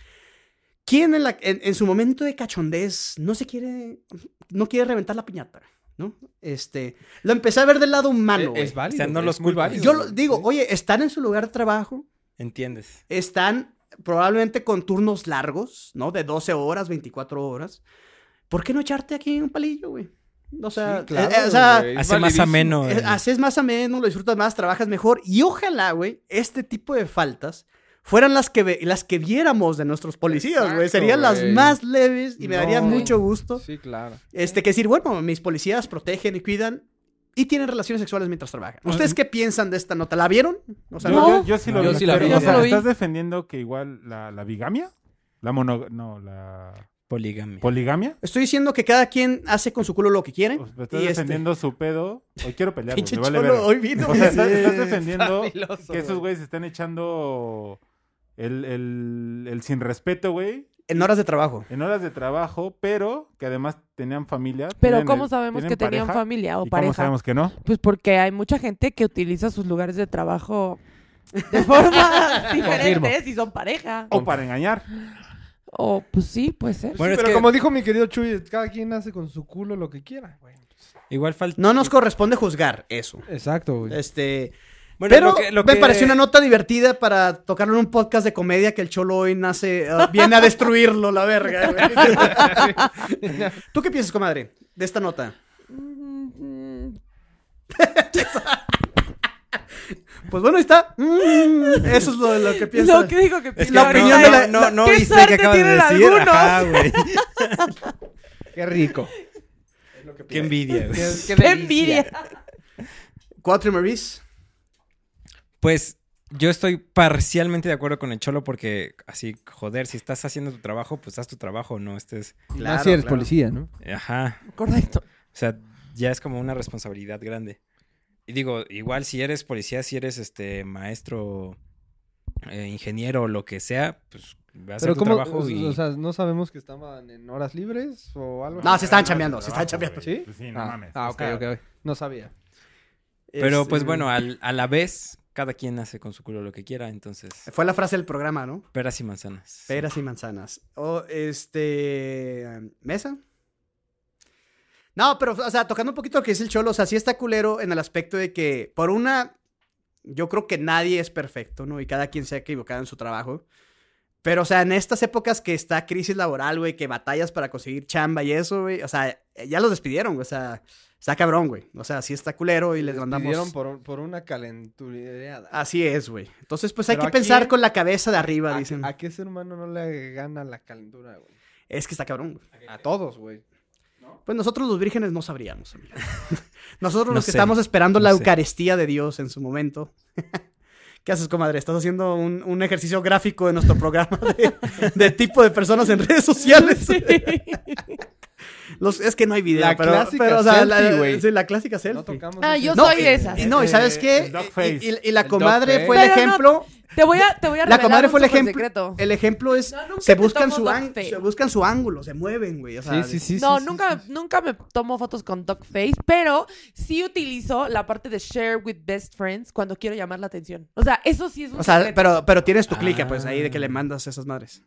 Speaker 1: ¿Quién en, la- en- en su momento de cachondez no se quiere no quiere reventar la piñata, ¿no? Este, lo empecé a ver del lado humano.
Speaker 5: es,
Speaker 1: güey.
Speaker 5: válido.
Speaker 3: O sea, Ah, no
Speaker 5: güey,
Speaker 3: los
Speaker 5: es muy
Speaker 3: culpas.
Speaker 5: válido,
Speaker 1: Yo lo-
Speaker 5: güey.
Speaker 1: digo,
Speaker 5: Sí.
Speaker 1: oye, están en su lugar de trabajo,
Speaker 3: ¿Entiendes?
Speaker 1: están probablemente con turnos largos, ¿no? De 12 horas, 24 horas. ¿Por qué no echarte aquí un palillo, güey? O sea,
Speaker 5: Sí, claro,
Speaker 1: eh, eh, o sea,
Speaker 5: güey, es
Speaker 3: Hace más
Speaker 5: validísimo.
Speaker 3: ameno.
Speaker 1: eh,
Speaker 3: el-
Speaker 1: haces más ameno, lo disfrutas más, trabajas mejor. Y ojalá, güey, este tipo de faltas fueran las que, ve- las que viéramos de nuestros policías, güey.
Speaker 5: Exacto,
Speaker 1: Serían las
Speaker 5: güey.
Speaker 1: más leves y me daría
Speaker 5: No.
Speaker 1: mucho gusto.
Speaker 5: Sí, claro.
Speaker 1: Este, que decir, bueno, mis policías protegen y cuidan y tienen relaciones sexuales mientras trabajan. ¿Ustedes qué piensan de esta nota? ¿La vieron? O sea,
Speaker 2: yo,
Speaker 4: No.
Speaker 2: yo- yo sí lo
Speaker 5: Yo
Speaker 2: vi.
Speaker 5: sí la
Speaker 2: pero,
Speaker 5: vi.
Speaker 2: o
Speaker 5: Yo
Speaker 2: sea,
Speaker 4: lo vi.
Speaker 2: ¿estás defendiendo que igual la, la bigamia? La mono... No, la...
Speaker 3: Poligamia.
Speaker 2: ¿Poligamia?
Speaker 1: Estoy diciendo que cada quien hace con su culo lo que quiere.
Speaker 2: O sea,
Speaker 1: y
Speaker 2: Pues, ¿Estás
Speaker 1: este-
Speaker 2: defendiendo su pedo? Hoy quiero pelear,
Speaker 1: Pinche
Speaker 2: me vale
Speaker 1: cholo,
Speaker 2: verga.
Speaker 1: hoy vino.
Speaker 2: O
Speaker 1: güey.
Speaker 2: sea, estás, estás
Speaker 5: Está
Speaker 2: defendiendo
Speaker 5: filoso,
Speaker 2: que esos
Speaker 5: güey.
Speaker 2: güeyes están echando el, el, el sin respeto, güey,
Speaker 1: En horas de trabajo.
Speaker 2: en horas de trabajo, pero que además tenían familia.
Speaker 4: Pero
Speaker 2: tenían
Speaker 4: ¿cómo
Speaker 2: el-
Speaker 4: sabemos que tenían
Speaker 2: pareja,
Speaker 4: familia o
Speaker 2: ¿Y
Speaker 4: pareja?
Speaker 2: ¿Cómo sabemos que no?
Speaker 4: Pues porque hay mucha gente que utiliza sus lugares de trabajo de formas diferentes y son pareja.
Speaker 2: O para engañar.
Speaker 4: O pues sí, puede ser.
Speaker 3: Bueno,
Speaker 5: Sí,
Speaker 3: es
Speaker 5: pero
Speaker 3: que-
Speaker 5: como dijo mi querido Chuy, cada quien hace con su culo lo que quiera, güey.
Speaker 3: Igual falta.
Speaker 1: No nos corresponde juzgar eso.
Speaker 5: Exacto, güey.
Speaker 1: Este,
Speaker 3: Bueno,
Speaker 1: pero
Speaker 3: lo que- lo
Speaker 1: me
Speaker 3: que-
Speaker 1: pareció una nota divertida para tocarlo en un podcast de comedia que el cholo hoy nace, ah, viene a destruirlo, la verga. güey. ¿Tú qué piensas, comadre, de esta nota?
Speaker 4: Mm,
Speaker 1: Pues bueno, ahí está. Mm, eso es lo, lo que pienso.
Speaker 4: Lo que digo que
Speaker 3: Es
Speaker 1: La
Speaker 3: que no-
Speaker 1: opinión
Speaker 3: no,
Speaker 1: de la-
Speaker 3: No, no,
Speaker 4: ¿Qué
Speaker 3: viste
Speaker 4: suerte
Speaker 3: que acabas de
Speaker 4: tienen
Speaker 3: decir.
Speaker 4: algunos?
Speaker 3: Ajá, güey.
Speaker 5: Qué rico.
Speaker 3: Qué envidia, güey.
Speaker 4: ¡Qué envidia!
Speaker 1: Cuatro y Maurice.
Speaker 3: Pues yo estoy parcialmente de acuerdo con el Cholo porque así, joder, si estás haciendo tu trabajo, pues haz tu trabajo, no estés...
Speaker 5: Claro, Así eres policía, ¿no?
Speaker 3: Ajá.
Speaker 4: Correcto.
Speaker 3: O sea, ya es como una responsabilidad grande. Y digo, igual si eres policía, si eres este maestro, eh, ingeniero, lo que sea, pues vas a hacer
Speaker 5: Pero
Speaker 3: tu
Speaker 5: como,
Speaker 3: trabajo y...
Speaker 5: o sea, no sabemos que estaban en horas libres o algo.
Speaker 1: No, se estaban chambeando,
Speaker 2: cambiando
Speaker 1: se estaban chambeando.
Speaker 5: ¿Sí?
Speaker 2: Pues sí, no
Speaker 5: ah,
Speaker 2: mames.
Speaker 5: Ah,
Speaker 2: o
Speaker 5: ok,
Speaker 2: sea,
Speaker 5: ok. No sabía.
Speaker 3: Pero
Speaker 1: Es,
Speaker 3: pues
Speaker 1: eh,
Speaker 3: bueno, al- a la vez, cada quien hace con su culo lo que quiera, entonces...
Speaker 1: Fue la frase del programa, ¿no?
Speaker 3: Peras y manzanas.
Speaker 1: Peras y manzanas. O este. ¿Mesa? No, pero, o sea, tocando un poquito lo que dice el Cholo, o sea, sí está culero en el aspecto de que, por una, yo creo que nadie es perfecto, ¿no? Y cada quien se ha equivocado en su trabajo. Pero, o sea, en estas épocas que está crisis laboral, güey, que batallas para conseguir chamba y eso, güey, o sea, ya los despidieron, güey, o sea, está cabrón, güey. O sea, sí está culero y les mandamos. Ah,
Speaker 5: Pidieron por, un- por una calentureada.
Speaker 1: Así es, güey. Entonces, pues hay
Speaker 5: Pero
Speaker 1: que
Speaker 5: aquí-
Speaker 1: pensar con la cabeza de arriba,
Speaker 5: ¿A,
Speaker 1: dicen.
Speaker 5: a qué ser humano no le gana la calentura, güey?
Speaker 1: Es que está cabrón, güey.
Speaker 5: A todos, güey.
Speaker 1: Pues nosotros los vírgenes no sabríamos. amigo. nosotros
Speaker 3: No
Speaker 1: los que
Speaker 3: sé,
Speaker 1: estamos esperando
Speaker 3: no
Speaker 1: la
Speaker 3: sé.
Speaker 1: Eucaristía de Dios en su momento. ¿Qué haces, comadre? Estás haciendo un, un ejercicio gráfico de nuestro programa de, de tipo de personas en redes sociales.
Speaker 4: Sí.
Speaker 1: Los- es que no hay video,
Speaker 5: La
Speaker 1: pero,
Speaker 5: clásica
Speaker 1: pero, o sea,
Speaker 5: selfie,
Speaker 1: la,
Speaker 5: güey.
Speaker 1: sí, la clásica
Speaker 5: No
Speaker 1: selfie.
Speaker 5: tocamos.
Speaker 4: Ah,
Speaker 5: ese
Speaker 4: yo
Speaker 5: tema.
Speaker 4: soy de esas.
Speaker 1: y no, y sabes qué,
Speaker 2: El dog
Speaker 1: Y-
Speaker 2: face.
Speaker 1: y, y la
Speaker 5: El dog
Speaker 1: comadre
Speaker 5: face.
Speaker 1: fue el
Speaker 4: Pero no-
Speaker 1: ejemplo,
Speaker 4: Te voy a, te voy a
Speaker 1: la
Speaker 4: revelar
Speaker 1: comadre
Speaker 4: un
Speaker 1: fue el ejemplo,
Speaker 4: supersecreto.
Speaker 1: el ejemplo es,
Speaker 4: No, nunca
Speaker 1: se
Speaker 4: te
Speaker 1: buscan
Speaker 4: tomo
Speaker 1: su
Speaker 4: dog
Speaker 1: ángulo,
Speaker 4: face.
Speaker 1: se buscan su ángulo, se mueven, güey, o sea,
Speaker 5: Sí, sí, sí.
Speaker 4: no,
Speaker 5: sí, sí,
Speaker 4: nunca,
Speaker 5: sí.
Speaker 4: nunca me tomo fotos con Dogface, pero sí utilizo la parte de share with best friends cuando quiero llamar la atención. O sea, eso sí es un
Speaker 1: O sea,
Speaker 4: secreto.
Speaker 1: pero, pero tienes tu clica,
Speaker 3: Ah.
Speaker 1: pues, ahí de que le mandas esas madres.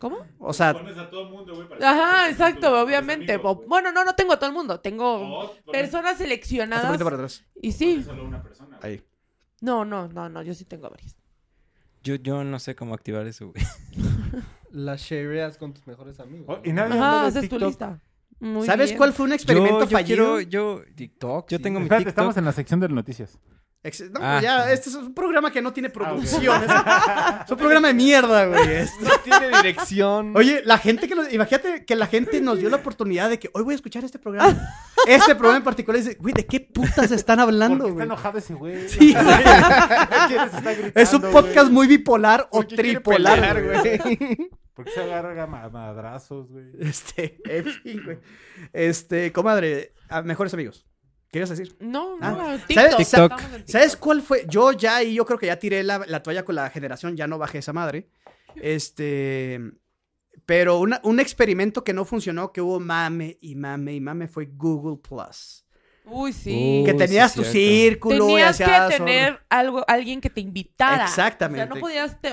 Speaker 4: ¿Cómo?
Speaker 1: O sea,
Speaker 2: Pones a todo el mundo, güey, para que-
Speaker 4: Ajá,
Speaker 2: para que- para
Speaker 4: exacto,
Speaker 2: los
Speaker 4: obviamente.
Speaker 2: amigos, Oh,
Speaker 4: O-
Speaker 2: güey. pues,
Speaker 4: Bueno, no, no tengo a todo el mundo. Tengo
Speaker 2: O pones
Speaker 4: personas
Speaker 1: Hasta un
Speaker 4: seleccionadas.
Speaker 1: poquito para atrás.
Speaker 4: Y sí.
Speaker 2: Solo una persona. güey.
Speaker 1: Ahí.
Speaker 4: No, no, no, no, yo sí tengo varias.
Speaker 3: Yo, yo no sé cómo activar eso, güey.
Speaker 5: Las shareas con tus mejores amigos.
Speaker 2: Oh, y
Speaker 1: Ah,
Speaker 2: nadie-
Speaker 4: Ajá,
Speaker 2: de
Speaker 4: esa es tu
Speaker 2: TikTok.
Speaker 4: lista. Muy
Speaker 1: ¿Sabes
Speaker 4: bien.
Speaker 1: cuál fue un experimento
Speaker 3: yo, yo
Speaker 1: fallido?
Speaker 3: quiero- yo,
Speaker 5: TikTok.
Speaker 3: Yo
Speaker 5: sí.
Speaker 3: tengo mi
Speaker 2: Espérate,
Speaker 3: TikTok.
Speaker 2: estamos en la sección de las noticias.
Speaker 1: Ex- no,
Speaker 3: Ah.
Speaker 1: ya, este es un programa que no tiene
Speaker 2: ok.
Speaker 1: producción. es- Es un programa de mierda, güey. es-
Speaker 5: No tiene dirección.
Speaker 1: Oye, la gente que nos, imagínate que la gente nos dio la oportunidad de que hoy voy a escuchar este programa. Este programa en particular y dice, güey, ¿de qué putas están
Speaker 2: ¿Por
Speaker 1: hablando,
Speaker 2: qué está
Speaker 1: güey?
Speaker 2: enojado ese güey?
Speaker 1: Sí, güey.
Speaker 2: ¿Por qué les está
Speaker 1: Es un
Speaker 2: gritando,
Speaker 1: podcast
Speaker 2: güey?
Speaker 1: muy bipolar o
Speaker 5: ¿Por qué quiere
Speaker 1: tripolar,
Speaker 5: pelear,
Speaker 1: güey.
Speaker 5: güey?
Speaker 2: ¿Por qué se agarra ma- madrazos, güey?
Speaker 1: Este, en fin, güey. Este, comadre, a mejores amigos. ¿Querías decir?
Speaker 4: No,
Speaker 1: Ah.
Speaker 4: no, TikTok.
Speaker 1: TikTok.
Speaker 4: estamos en
Speaker 1: ¿Sabes cuál fue? Yo ya, y yo creo que ya tiré la, la toalla con la generación, ya no bajé esa madre. Este. Pero una- un experimento que no funcionó, que hubo mame y mame y mame, fue Google Plus.
Speaker 4: Uy, sí.
Speaker 3: Uh,
Speaker 1: que
Speaker 3: sí,
Speaker 1: tenías tu
Speaker 3: cierto.
Speaker 1: círculo y
Speaker 4: Tenías
Speaker 1: hacías.
Speaker 4: que tener algo, alguien que te invitara.
Speaker 1: Exactamente.
Speaker 4: O sea, no podías te-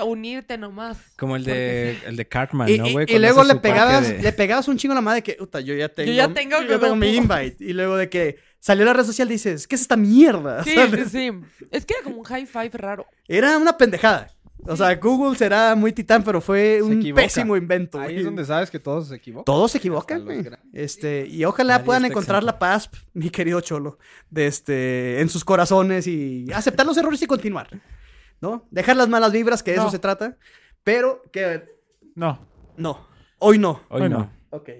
Speaker 4: unirte nomás.
Speaker 3: Como el de, el de Cartman,
Speaker 1: Y,
Speaker 3: ¿no,
Speaker 1: y-
Speaker 3: güey?
Speaker 1: y
Speaker 3: Cuando
Speaker 1: luego
Speaker 3: hace
Speaker 1: le
Speaker 3: su parque
Speaker 1: pegabas,
Speaker 3: de-
Speaker 1: le pegabas un chingo a la madre que, puta, yo ya tengo,
Speaker 4: ya tengo
Speaker 1: yo tengo mi
Speaker 4: Google Plus".
Speaker 1: invite. Y luego de que salió la red social, dices, ¿qué es esta mierda?
Speaker 4: Sí,
Speaker 1: ¿Sabes?
Speaker 4: sí. Es que era como un high five raro.
Speaker 1: Era una pendejada. O sea, Google será muy titán, pero fue
Speaker 5: Se
Speaker 1: un
Speaker 5: equivoca.
Speaker 1: pésimo invento.
Speaker 5: Ahí
Speaker 1: güey.
Speaker 5: es donde sabes que todos se equivocan.
Speaker 1: Todos se equivocan,
Speaker 5: Hasta los
Speaker 1: güey.
Speaker 5: grandes.
Speaker 1: Este, y ojalá
Speaker 3: Nadie
Speaker 1: puedan
Speaker 3: está
Speaker 1: encontrar la paz, mi querido Cholo, de este, en sus corazones y aceptar los errores y continuar. ¿No? Dejar las malas vibras, que de eso
Speaker 2: No.
Speaker 1: se trata. Pero que
Speaker 2: No.
Speaker 1: no. Hoy no.
Speaker 3: Hoy
Speaker 2: Bueno.
Speaker 3: no.
Speaker 1: Ok.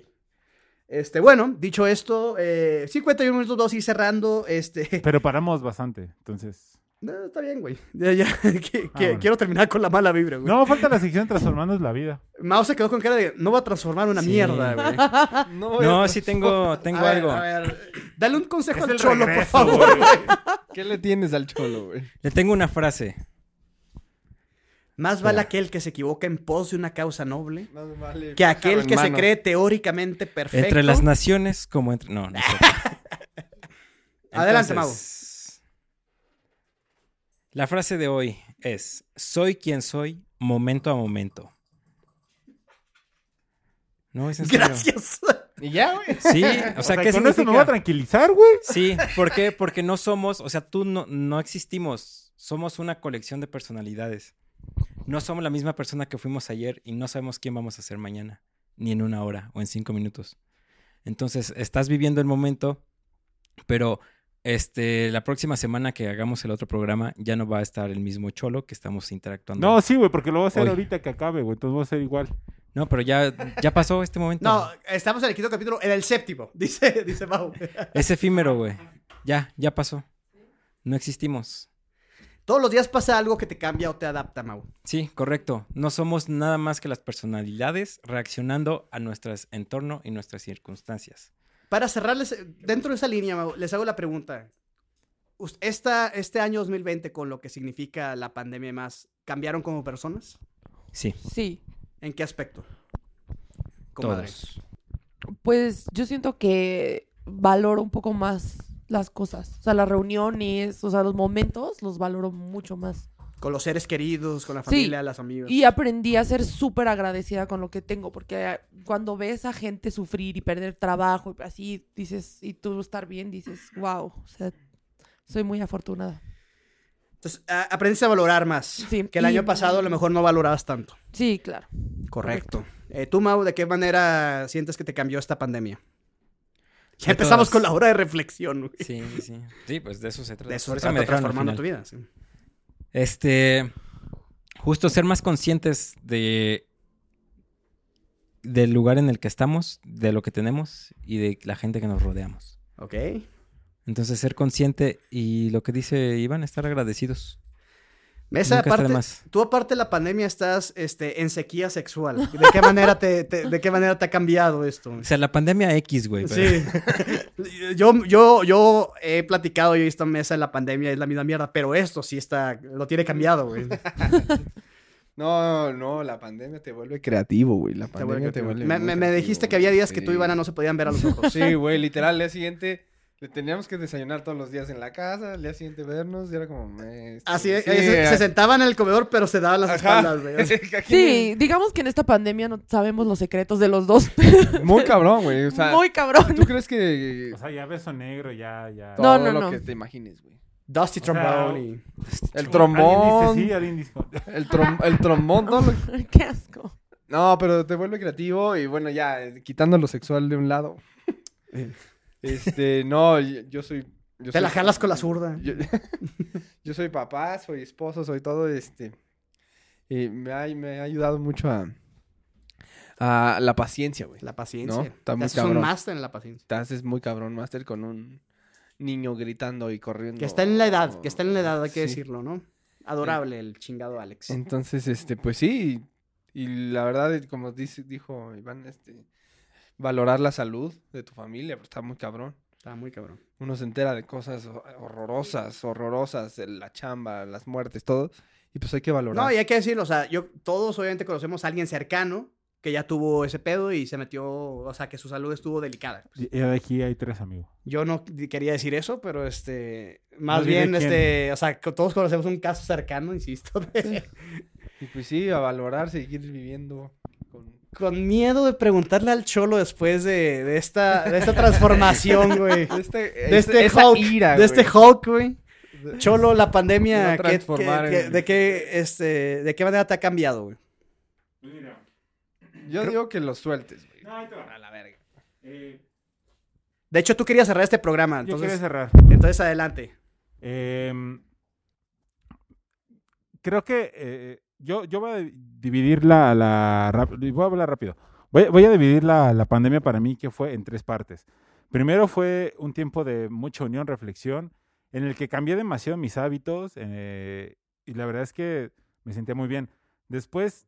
Speaker 1: Este, bueno, dicho esto, eh, 51 minutos dos y cerrando. Este.
Speaker 2: Pero paramos bastante, entonces.
Speaker 1: no, está bien, güey. Ya, ya, que- que-
Speaker 2: Ah, bueno.
Speaker 1: Quiero terminar con la mala vibra, güey.
Speaker 2: No, falta la sección Transformándonos la vida.
Speaker 1: Mao se quedó con cara de no va a transformar una
Speaker 3: Sí.
Speaker 1: mierda, güey.
Speaker 4: Ah.
Speaker 5: No,
Speaker 3: No,
Speaker 5: es-
Speaker 3: sí tengo, tengo
Speaker 1: A ver,
Speaker 3: algo.
Speaker 1: a ver, dale un consejo
Speaker 2: Es
Speaker 1: al
Speaker 2: el
Speaker 1: cholo,
Speaker 2: regreso,
Speaker 1: por favor.
Speaker 5: ¿Qué le tienes al cholo, güey?
Speaker 3: Le tengo una frase.
Speaker 1: Más vale aquel que se equivoca en pos de una causa noble
Speaker 5: Más vale
Speaker 1: que
Speaker 5: pájaro
Speaker 1: aquel
Speaker 5: en
Speaker 1: que se
Speaker 5: mano.
Speaker 1: cree teóricamente perfecto.
Speaker 3: Entre las naciones como entre... No, no. es cierto.
Speaker 1: Adelante,
Speaker 3: Entonces, La frase de hoy es, soy quien soy, momento a momento. No, es en serio.
Speaker 1: Gracias.
Speaker 5: Y ya, güey.
Speaker 3: Sí, o sea, ¿qué
Speaker 2: con esto me voy a
Speaker 3: significa?
Speaker 2: tranquilizar, güey.
Speaker 3: Sí, ¿por qué? Porque no somos, o sea, tú no, no existimos. Somos una colección de personalidades. No somos la misma persona que fuimos ayer y no sabemos quién vamos a ser mañana, ni en una hora o en cinco minutos. Entonces, estás viviendo el momento, pero este, la próxima semana que hagamos el otro programa ya no va a estar el mismo cholo que estamos interactuando.
Speaker 2: No, sí, güey, porque lo voy a hacer
Speaker 3: Hoy.
Speaker 2: ahorita que acabe, güey. Entonces voy a hacer igual.
Speaker 3: No, pero ya, ya pasó este momento.
Speaker 1: No, estamos en el quinto capítulo, en el séptimo, dice, dice Mau.
Speaker 3: Es efímero, güey. Ya, ya pasó. No existimos.
Speaker 1: Todos los días pasa algo que te cambia o te adapta, Mau.
Speaker 3: Sí, correcto. No somos nada más que las personalidades reaccionando a nuestro entorno y nuestras circunstancias.
Speaker 1: Para cerrarles, eh, dentro de esa línea, Mau, les hago la pregunta. Us- Esta, este año 2020, con lo que significa la pandemia y más, ¿cambiaron como personas?
Speaker 3: Sí,
Speaker 4: Sí.
Speaker 1: ¿En qué aspecto?
Speaker 3: todos.
Speaker 4: Pues yo siento que valoro un poco más las cosas. O sea, las reuniones, o sea, los momentos los valoro mucho más.
Speaker 1: Con los seres queridos, con la
Speaker 4: Sí.
Speaker 1: familia, las amigas.
Speaker 4: Y aprendí a ser súper agradecida con lo que tengo, porque eh, cuando ves a gente sufrir y perder trabajo y así, dices, y tú estar bien, dices, wow, o sea, soy muy afortunada.
Speaker 1: Entonces, a- aprendes a valorar más.
Speaker 4: Sí,
Speaker 1: Que el
Speaker 4: y-
Speaker 1: año pasado a lo mejor no valorabas tanto.
Speaker 4: Sí, claro.
Speaker 1: Correcto. Eh, Tú, Mau, ¿de qué manera sientes que te cambió esta pandemia? Ya
Speaker 3: De
Speaker 1: empezamos
Speaker 3: todas.
Speaker 1: con la hora de reflexión, güey.
Speaker 3: Sí, sí. Sí, pues de eso se trata.
Speaker 1: De eso
Speaker 3: Por
Speaker 1: está
Speaker 3: me dejaron al
Speaker 1: transformando tu
Speaker 3: final.
Speaker 1: vida. sí.
Speaker 3: Este, justo ser más conscientes de del lugar en el que estamos, de lo que tenemos y de la gente que nos rodeamos.
Speaker 1: Ok.
Speaker 3: Entonces, ser consciente y lo que dice Iván, estar agradecidos.
Speaker 1: Mesa,
Speaker 3: Nunca está de
Speaker 1: aparte,
Speaker 3: más.
Speaker 1: tú aparte de la pandemia estás este, en sequía sexual. ¿De qué manera te, te- de qué manera te ha cambiado esto?
Speaker 3: O sea, la pandemia X, güey. pero-
Speaker 1: Sí. Yo, yo, yo he platicado, yo he visto mesa en la pandemia, es la misma mierda, pero esto sí está, lo tiene cambiado, güey.
Speaker 5: No, no, la pandemia te vuelve creativo, güey. La
Speaker 1: Te vuelve
Speaker 5: pandemia te
Speaker 1: creativo.
Speaker 5: vuelve.
Speaker 1: me,
Speaker 5: muy
Speaker 1: me- me
Speaker 5: creativo,
Speaker 1: dijiste que
Speaker 5: güey.
Speaker 1: había días que
Speaker 5: Sí.
Speaker 1: tú y Ivana no se podían ver a los ojos.
Speaker 5: Sí, güey, literal, al día siguiente le teníamos que desayunar todos los días en la casa, al día siguiente vernos, y era como... me-
Speaker 1: Así
Speaker 5: sí, eh.
Speaker 1: es, se, se
Speaker 5: ajá.
Speaker 1: sentaban en el comedor, pero se daban las espaldas, güey.
Speaker 5: Aquí-
Speaker 4: Sí, digamos que en esta pandemia no sabemos los secretos de los dos.
Speaker 5: Muy cabrón, güey, o sea...
Speaker 4: muy cabrón.
Speaker 5: ¿Tú crees que...
Speaker 2: O sea, ya beso negro, ya, ya.
Speaker 4: No,
Speaker 5: todo lo
Speaker 4: no.
Speaker 5: que te imagines, güey?
Speaker 1: Dusty
Speaker 2: O
Speaker 1: Trombone.
Speaker 2: sea,
Speaker 5: El
Speaker 2: Alguien
Speaker 5: trombón,
Speaker 2: dice sí, alguien dice.
Speaker 5: el, trom- el trombón, todo lo que-
Speaker 4: Qué asco.
Speaker 5: No, pero te vuelve creativo y bueno, ya, eh, quitando lo sexual de un lado. este, no, y- yo soy Yo
Speaker 1: Eh. Te la
Speaker 5: soy-
Speaker 1: jalas con la zurda.
Speaker 5: Yo, yo soy papá, soy esposo, soy todo, este. Y me ha, me ha ayudado mucho a, a la paciencia, güey.
Speaker 1: La paciencia.
Speaker 5: No, está
Speaker 1: Te
Speaker 5: muy
Speaker 1: haces un
Speaker 5: cabrón.
Speaker 1: máster en la paciencia.
Speaker 5: Te haces muy cabrón, Master, con un niño gritando y corriendo.
Speaker 1: Que está en la edad, que está en la edad, hay que
Speaker 5: Sí.
Speaker 1: decirlo, ¿no? Adorable el chingado Alex.
Speaker 5: Entonces, este, pues sí. Y la verdad, eh, como dice, dijo Iván, este, valorar la salud de tu familia, pero está muy cabrón.
Speaker 1: Está muy cabrón.
Speaker 5: Uno se entera de cosas ho- horrorosas, horrorosas, de la chamba, las muertes, todo. Y pues hay que valorar.
Speaker 1: No, y hay que decirlo, o sea, yo, todos obviamente conocemos a alguien cercano que ya tuvo ese pedo y se metió, o sea, que su salud estuvo delicada.
Speaker 2: Y- y aquí hay tres amigos.
Speaker 1: Yo no di- quería decir eso, pero este, más
Speaker 2: Más bien,
Speaker 1: bien, este, o sea, co- todos conocemos un caso cercano, insisto, de-
Speaker 5: Y pues sí, a valorar, seguir viviendo con...
Speaker 1: con miedo de preguntarle al cholo después de, de esta, de esta transformación, güey.
Speaker 5: De este,
Speaker 1: De este Hulk, de este Hulk, güey. Cholo, la pandemia,
Speaker 5: No
Speaker 1: ¿qué-
Speaker 5: transformar
Speaker 1: qué- qué-
Speaker 5: en-
Speaker 1: de, qué, este, ¿de qué manera te ha cambiado, güey?
Speaker 5: Yo digo que lo sueltes, güey.
Speaker 1: Ah.
Speaker 2: A
Speaker 5: la verga.
Speaker 2: Eh,
Speaker 1: De hecho, tú querías cerrar este programa,
Speaker 2: Yo quería
Speaker 1: entonces,
Speaker 2: cerrar.
Speaker 1: entonces adelante.
Speaker 2: Em, creo que eh, yo, yo voy a di- dividir la... la rap- voy a hablar rápido. Voy, voy a dividir la, la pandemia para mí que fue en tres partes. Primero fue un tiempo de mucha unión, reflexión, en el que cambié demasiado mis hábitos eh, y la verdad es que me sentía muy bien. Después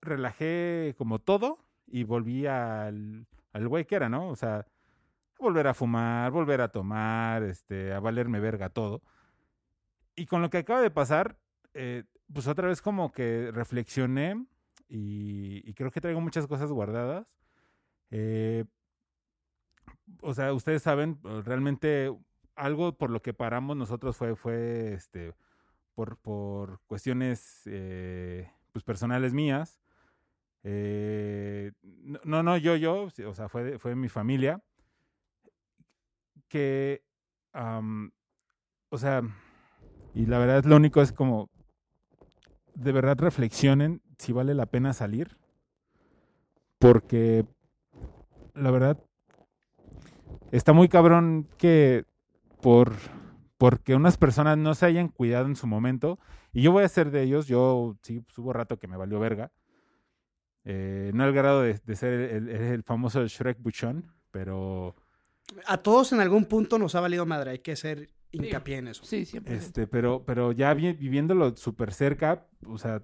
Speaker 2: relajé como todo y volví al, al güey que era, ¿no? O sea, volver a fumar, volver a tomar, este, a valerme verga todo. Y con lo que acaba de pasar, eh, pues otra vez como que reflexioné y, y creo que traigo muchas cosas guardadas. Eh, o sea, ustedes saben, eh, realmente algo por lo que paramos nosotros fue, fue este, por, por cuestiones eh, pues personales mías. Eh, no- no, no, yo, yo, o sea, fue, de- fue mi familia que, am, o sea, y la verdad lo único es como, de verdad reflexionen si vale la pena salir, porque la verdad está muy cabrón que por porque unas personas no se hayan cuidado en su momento, y yo voy a ser de ellos, yo sí pues, hubo rato que me valió verga, eh, no al grado de, de ser el, el- el famoso Shrek Buchón, pero...
Speaker 1: A todos en algún punto nos ha valido madre, hay que ser hincapié en eso.
Speaker 4: Sí, siempre.
Speaker 2: Este, pero, pero ya vi- viviéndolo súper cerca, o sea,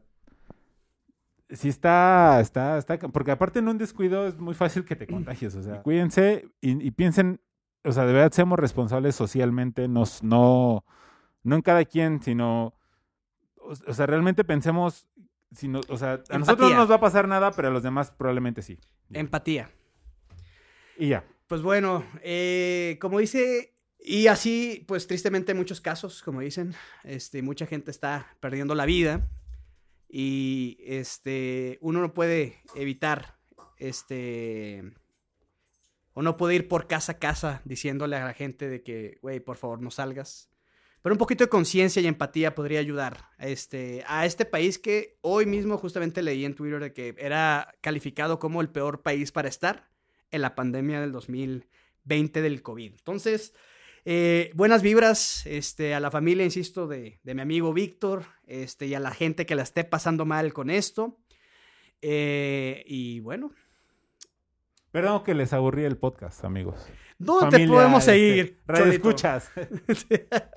Speaker 2: sí está, está, está, ca- porque aparte en un descuido es muy fácil que te
Speaker 1: Mm.
Speaker 2: contagies, o sea, cuídense y, y piensen, o sea, de verdad seamos responsables socialmente, nos, no, no en cada quien, sino, o, o sea, realmente pensemos, si no- o sea, a nosotros
Speaker 1: Empatía.
Speaker 2: no nos va a pasar nada, pero a los demás probablemente sí.
Speaker 1: Empatía.
Speaker 2: Y ya.
Speaker 1: Pues bueno, eh, como dice, y así, pues tristemente muchos casos, como dicen, este, mucha gente está perdiendo la vida y este, uno no puede evitar, este, o no puede ir por casa a casa diciéndole a la gente de que, güey, por favor, no salgas. Pero un poquito de conciencia y empatía podría ayudar a este, a este país que hoy mismo justamente leí en Twitter de que era calificado como el peor país para estar en la pandemia del 2020 del COVID. Entonces, eh, buenas vibras este, a la familia, insisto, de, de mi amigo Víctor este, y a la gente que la esté pasando mal con esto. Eh, y bueno,
Speaker 2: Perdón que les aburrí el podcast, amigos.
Speaker 1: ¿dónde te
Speaker 2: Familia,
Speaker 1: podemos
Speaker 2: este,
Speaker 1: seguir?
Speaker 2: radio
Speaker 1: Cholito?
Speaker 2: escuchas.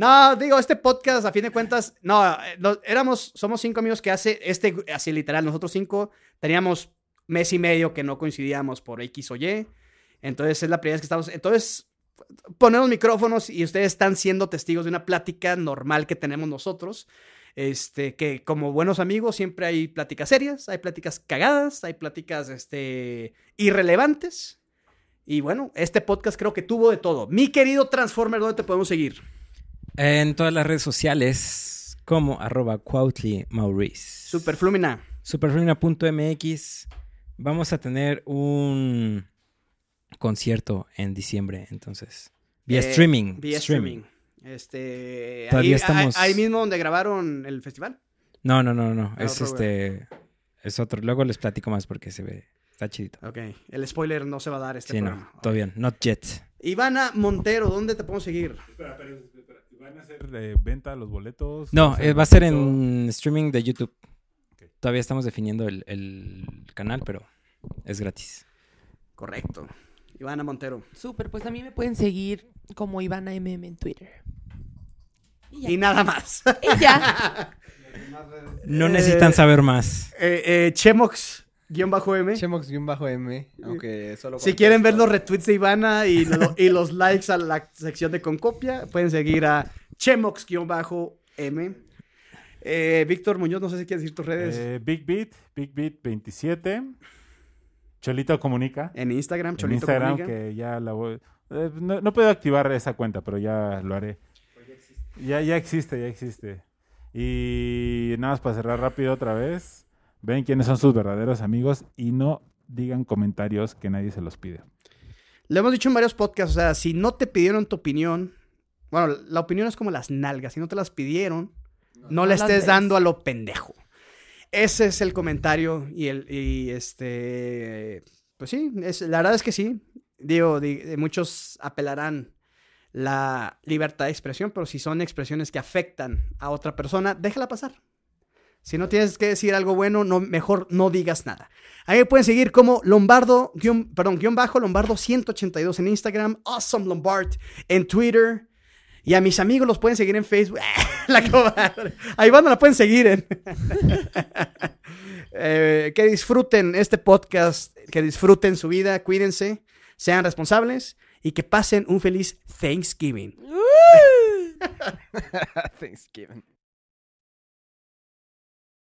Speaker 1: No, digo, este podcast, a fin de cuentas, no, eh, no, éramos, somos cinco amigos que hace, este, así literal, nosotros cinco teníamos mes y medio que no coincidíamos por X o Y. Entonces es la primera vez que estamos, entonces ponemos micrófonos y ustedes están siendo testigos de una plática normal que tenemos nosotros. Este, que como buenos amigos siempre hay pláticas serias, hay pláticas cagadas, hay pláticas, este, irrelevantes. Y bueno, este podcast creo que tuvo de todo. Mi querido Transformer, ¿dónde te podemos seguir?
Speaker 3: En todas las redes sociales como arroba Cuautli Maurice.
Speaker 1: Superflumina.
Speaker 3: Superflumina.mx. Vamos a tener un concierto en diciembre, entonces. Vía
Speaker 1: Eh,
Speaker 3: streaming.
Speaker 1: Vía streaming. Este,
Speaker 3: Todavía
Speaker 1: ahí,
Speaker 3: estamos-
Speaker 1: ahí- ahí mismo donde grabaron el festival.
Speaker 3: No, no, no, no.
Speaker 1: Ah,
Speaker 3: es
Speaker 1: otro,
Speaker 3: este. Es otro. Luego les platico más porque se ve. Está chidito.
Speaker 1: Ok. El spoiler no se va a dar este
Speaker 3: sí,
Speaker 1: programa.
Speaker 3: no. Todo bien. Not yet.
Speaker 1: Ivana Montero, ¿dónde te podemos seguir?
Speaker 2: Espera, espera, espera. ¿Van a hacer eh, venta los boletos?
Speaker 3: No,
Speaker 2: ¿Van
Speaker 3: eh, va a ser
Speaker 2: evento?
Speaker 3: en streaming de YouTube.
Speaker 2: Ok.
Speaker 3: Todavía estamos definiendo el, el canal, pero es gratis.
Speaker 1: Correcto. Ivana Montero.
Speaker 4: Súper, pues a mí me pueden seguir como Ivana MM en Twitter. Y ya.
Speaker 1: Y nada más.
Speaker 4: Y ya.
Speaker 3: No
Speaker 1: Eh,
Speaker 3: necesitan saber más.
Speaker 1: Eh, eh, Chemox, guión bajo M.
Speaker 5: Chemox-M, aunque solo...
Speaker 1: Si
Speaker 5: con-
Speaker 1: quieren ver los retweets de Ivana y, lo- y los likes a la sección de Concopia, pueden seguir a Chemox-M. Eh, Víctor Muñoz, no sé si quieres decir tus redes.
Speaker 2: Eh, Big Beat, Big Beat 27. Cholito Comunica.
Speaker 3: Eh,
Speaker 1: en Instagram,
Speaker 2: en
Speaker 1: Cholito
Speaker 2: Instagram,
Speaker 1: Comunica.
Speaker 2: que ya la voy. eh, no, no puedo activar esa cuenta, pero ya lo haré. Pues Ya, ya existe, ya existe. Y nada más para cerrar rápido otra vez. Ven quiénes son sus verdaderos amigos y no digan comentarios que nadie se los pide.
Speaker 1: Lo hemos dicho en varios podcasts, o sea, si no te pidieron tu opinión, bueno, la opinión es como las nalgas, si no te las pidieron, no, le
Speaker 4: las
Speaker 1: estés
Speaker 4: des.
Speaker 1: dando a lo pendejo. Ese es el comentario y el y este pues sí, es, la verdad es que sí. Digo, di- eh, muchos apelarán la libertad de expresión, pero si son expresiones que afectan a otra persona, déjala pasar. Si no tienes que decir algo bueno, no, mejor no digas nada. Ahí me pueden seguir como Lombardo, guión- perdón, guión bajo, Lombardo 182 en Instagram, Awesome Lombard en Twitter. Y a mis amigos los pueden seguir en Facebook. la comadre. A Iván la pueden seguir en. Eh, que disfruten este podcast, que disfruten su vida, cuídense, sean responsables y que pasen un feliz Thanksgiving.
Speaker 5: Thanksgiving.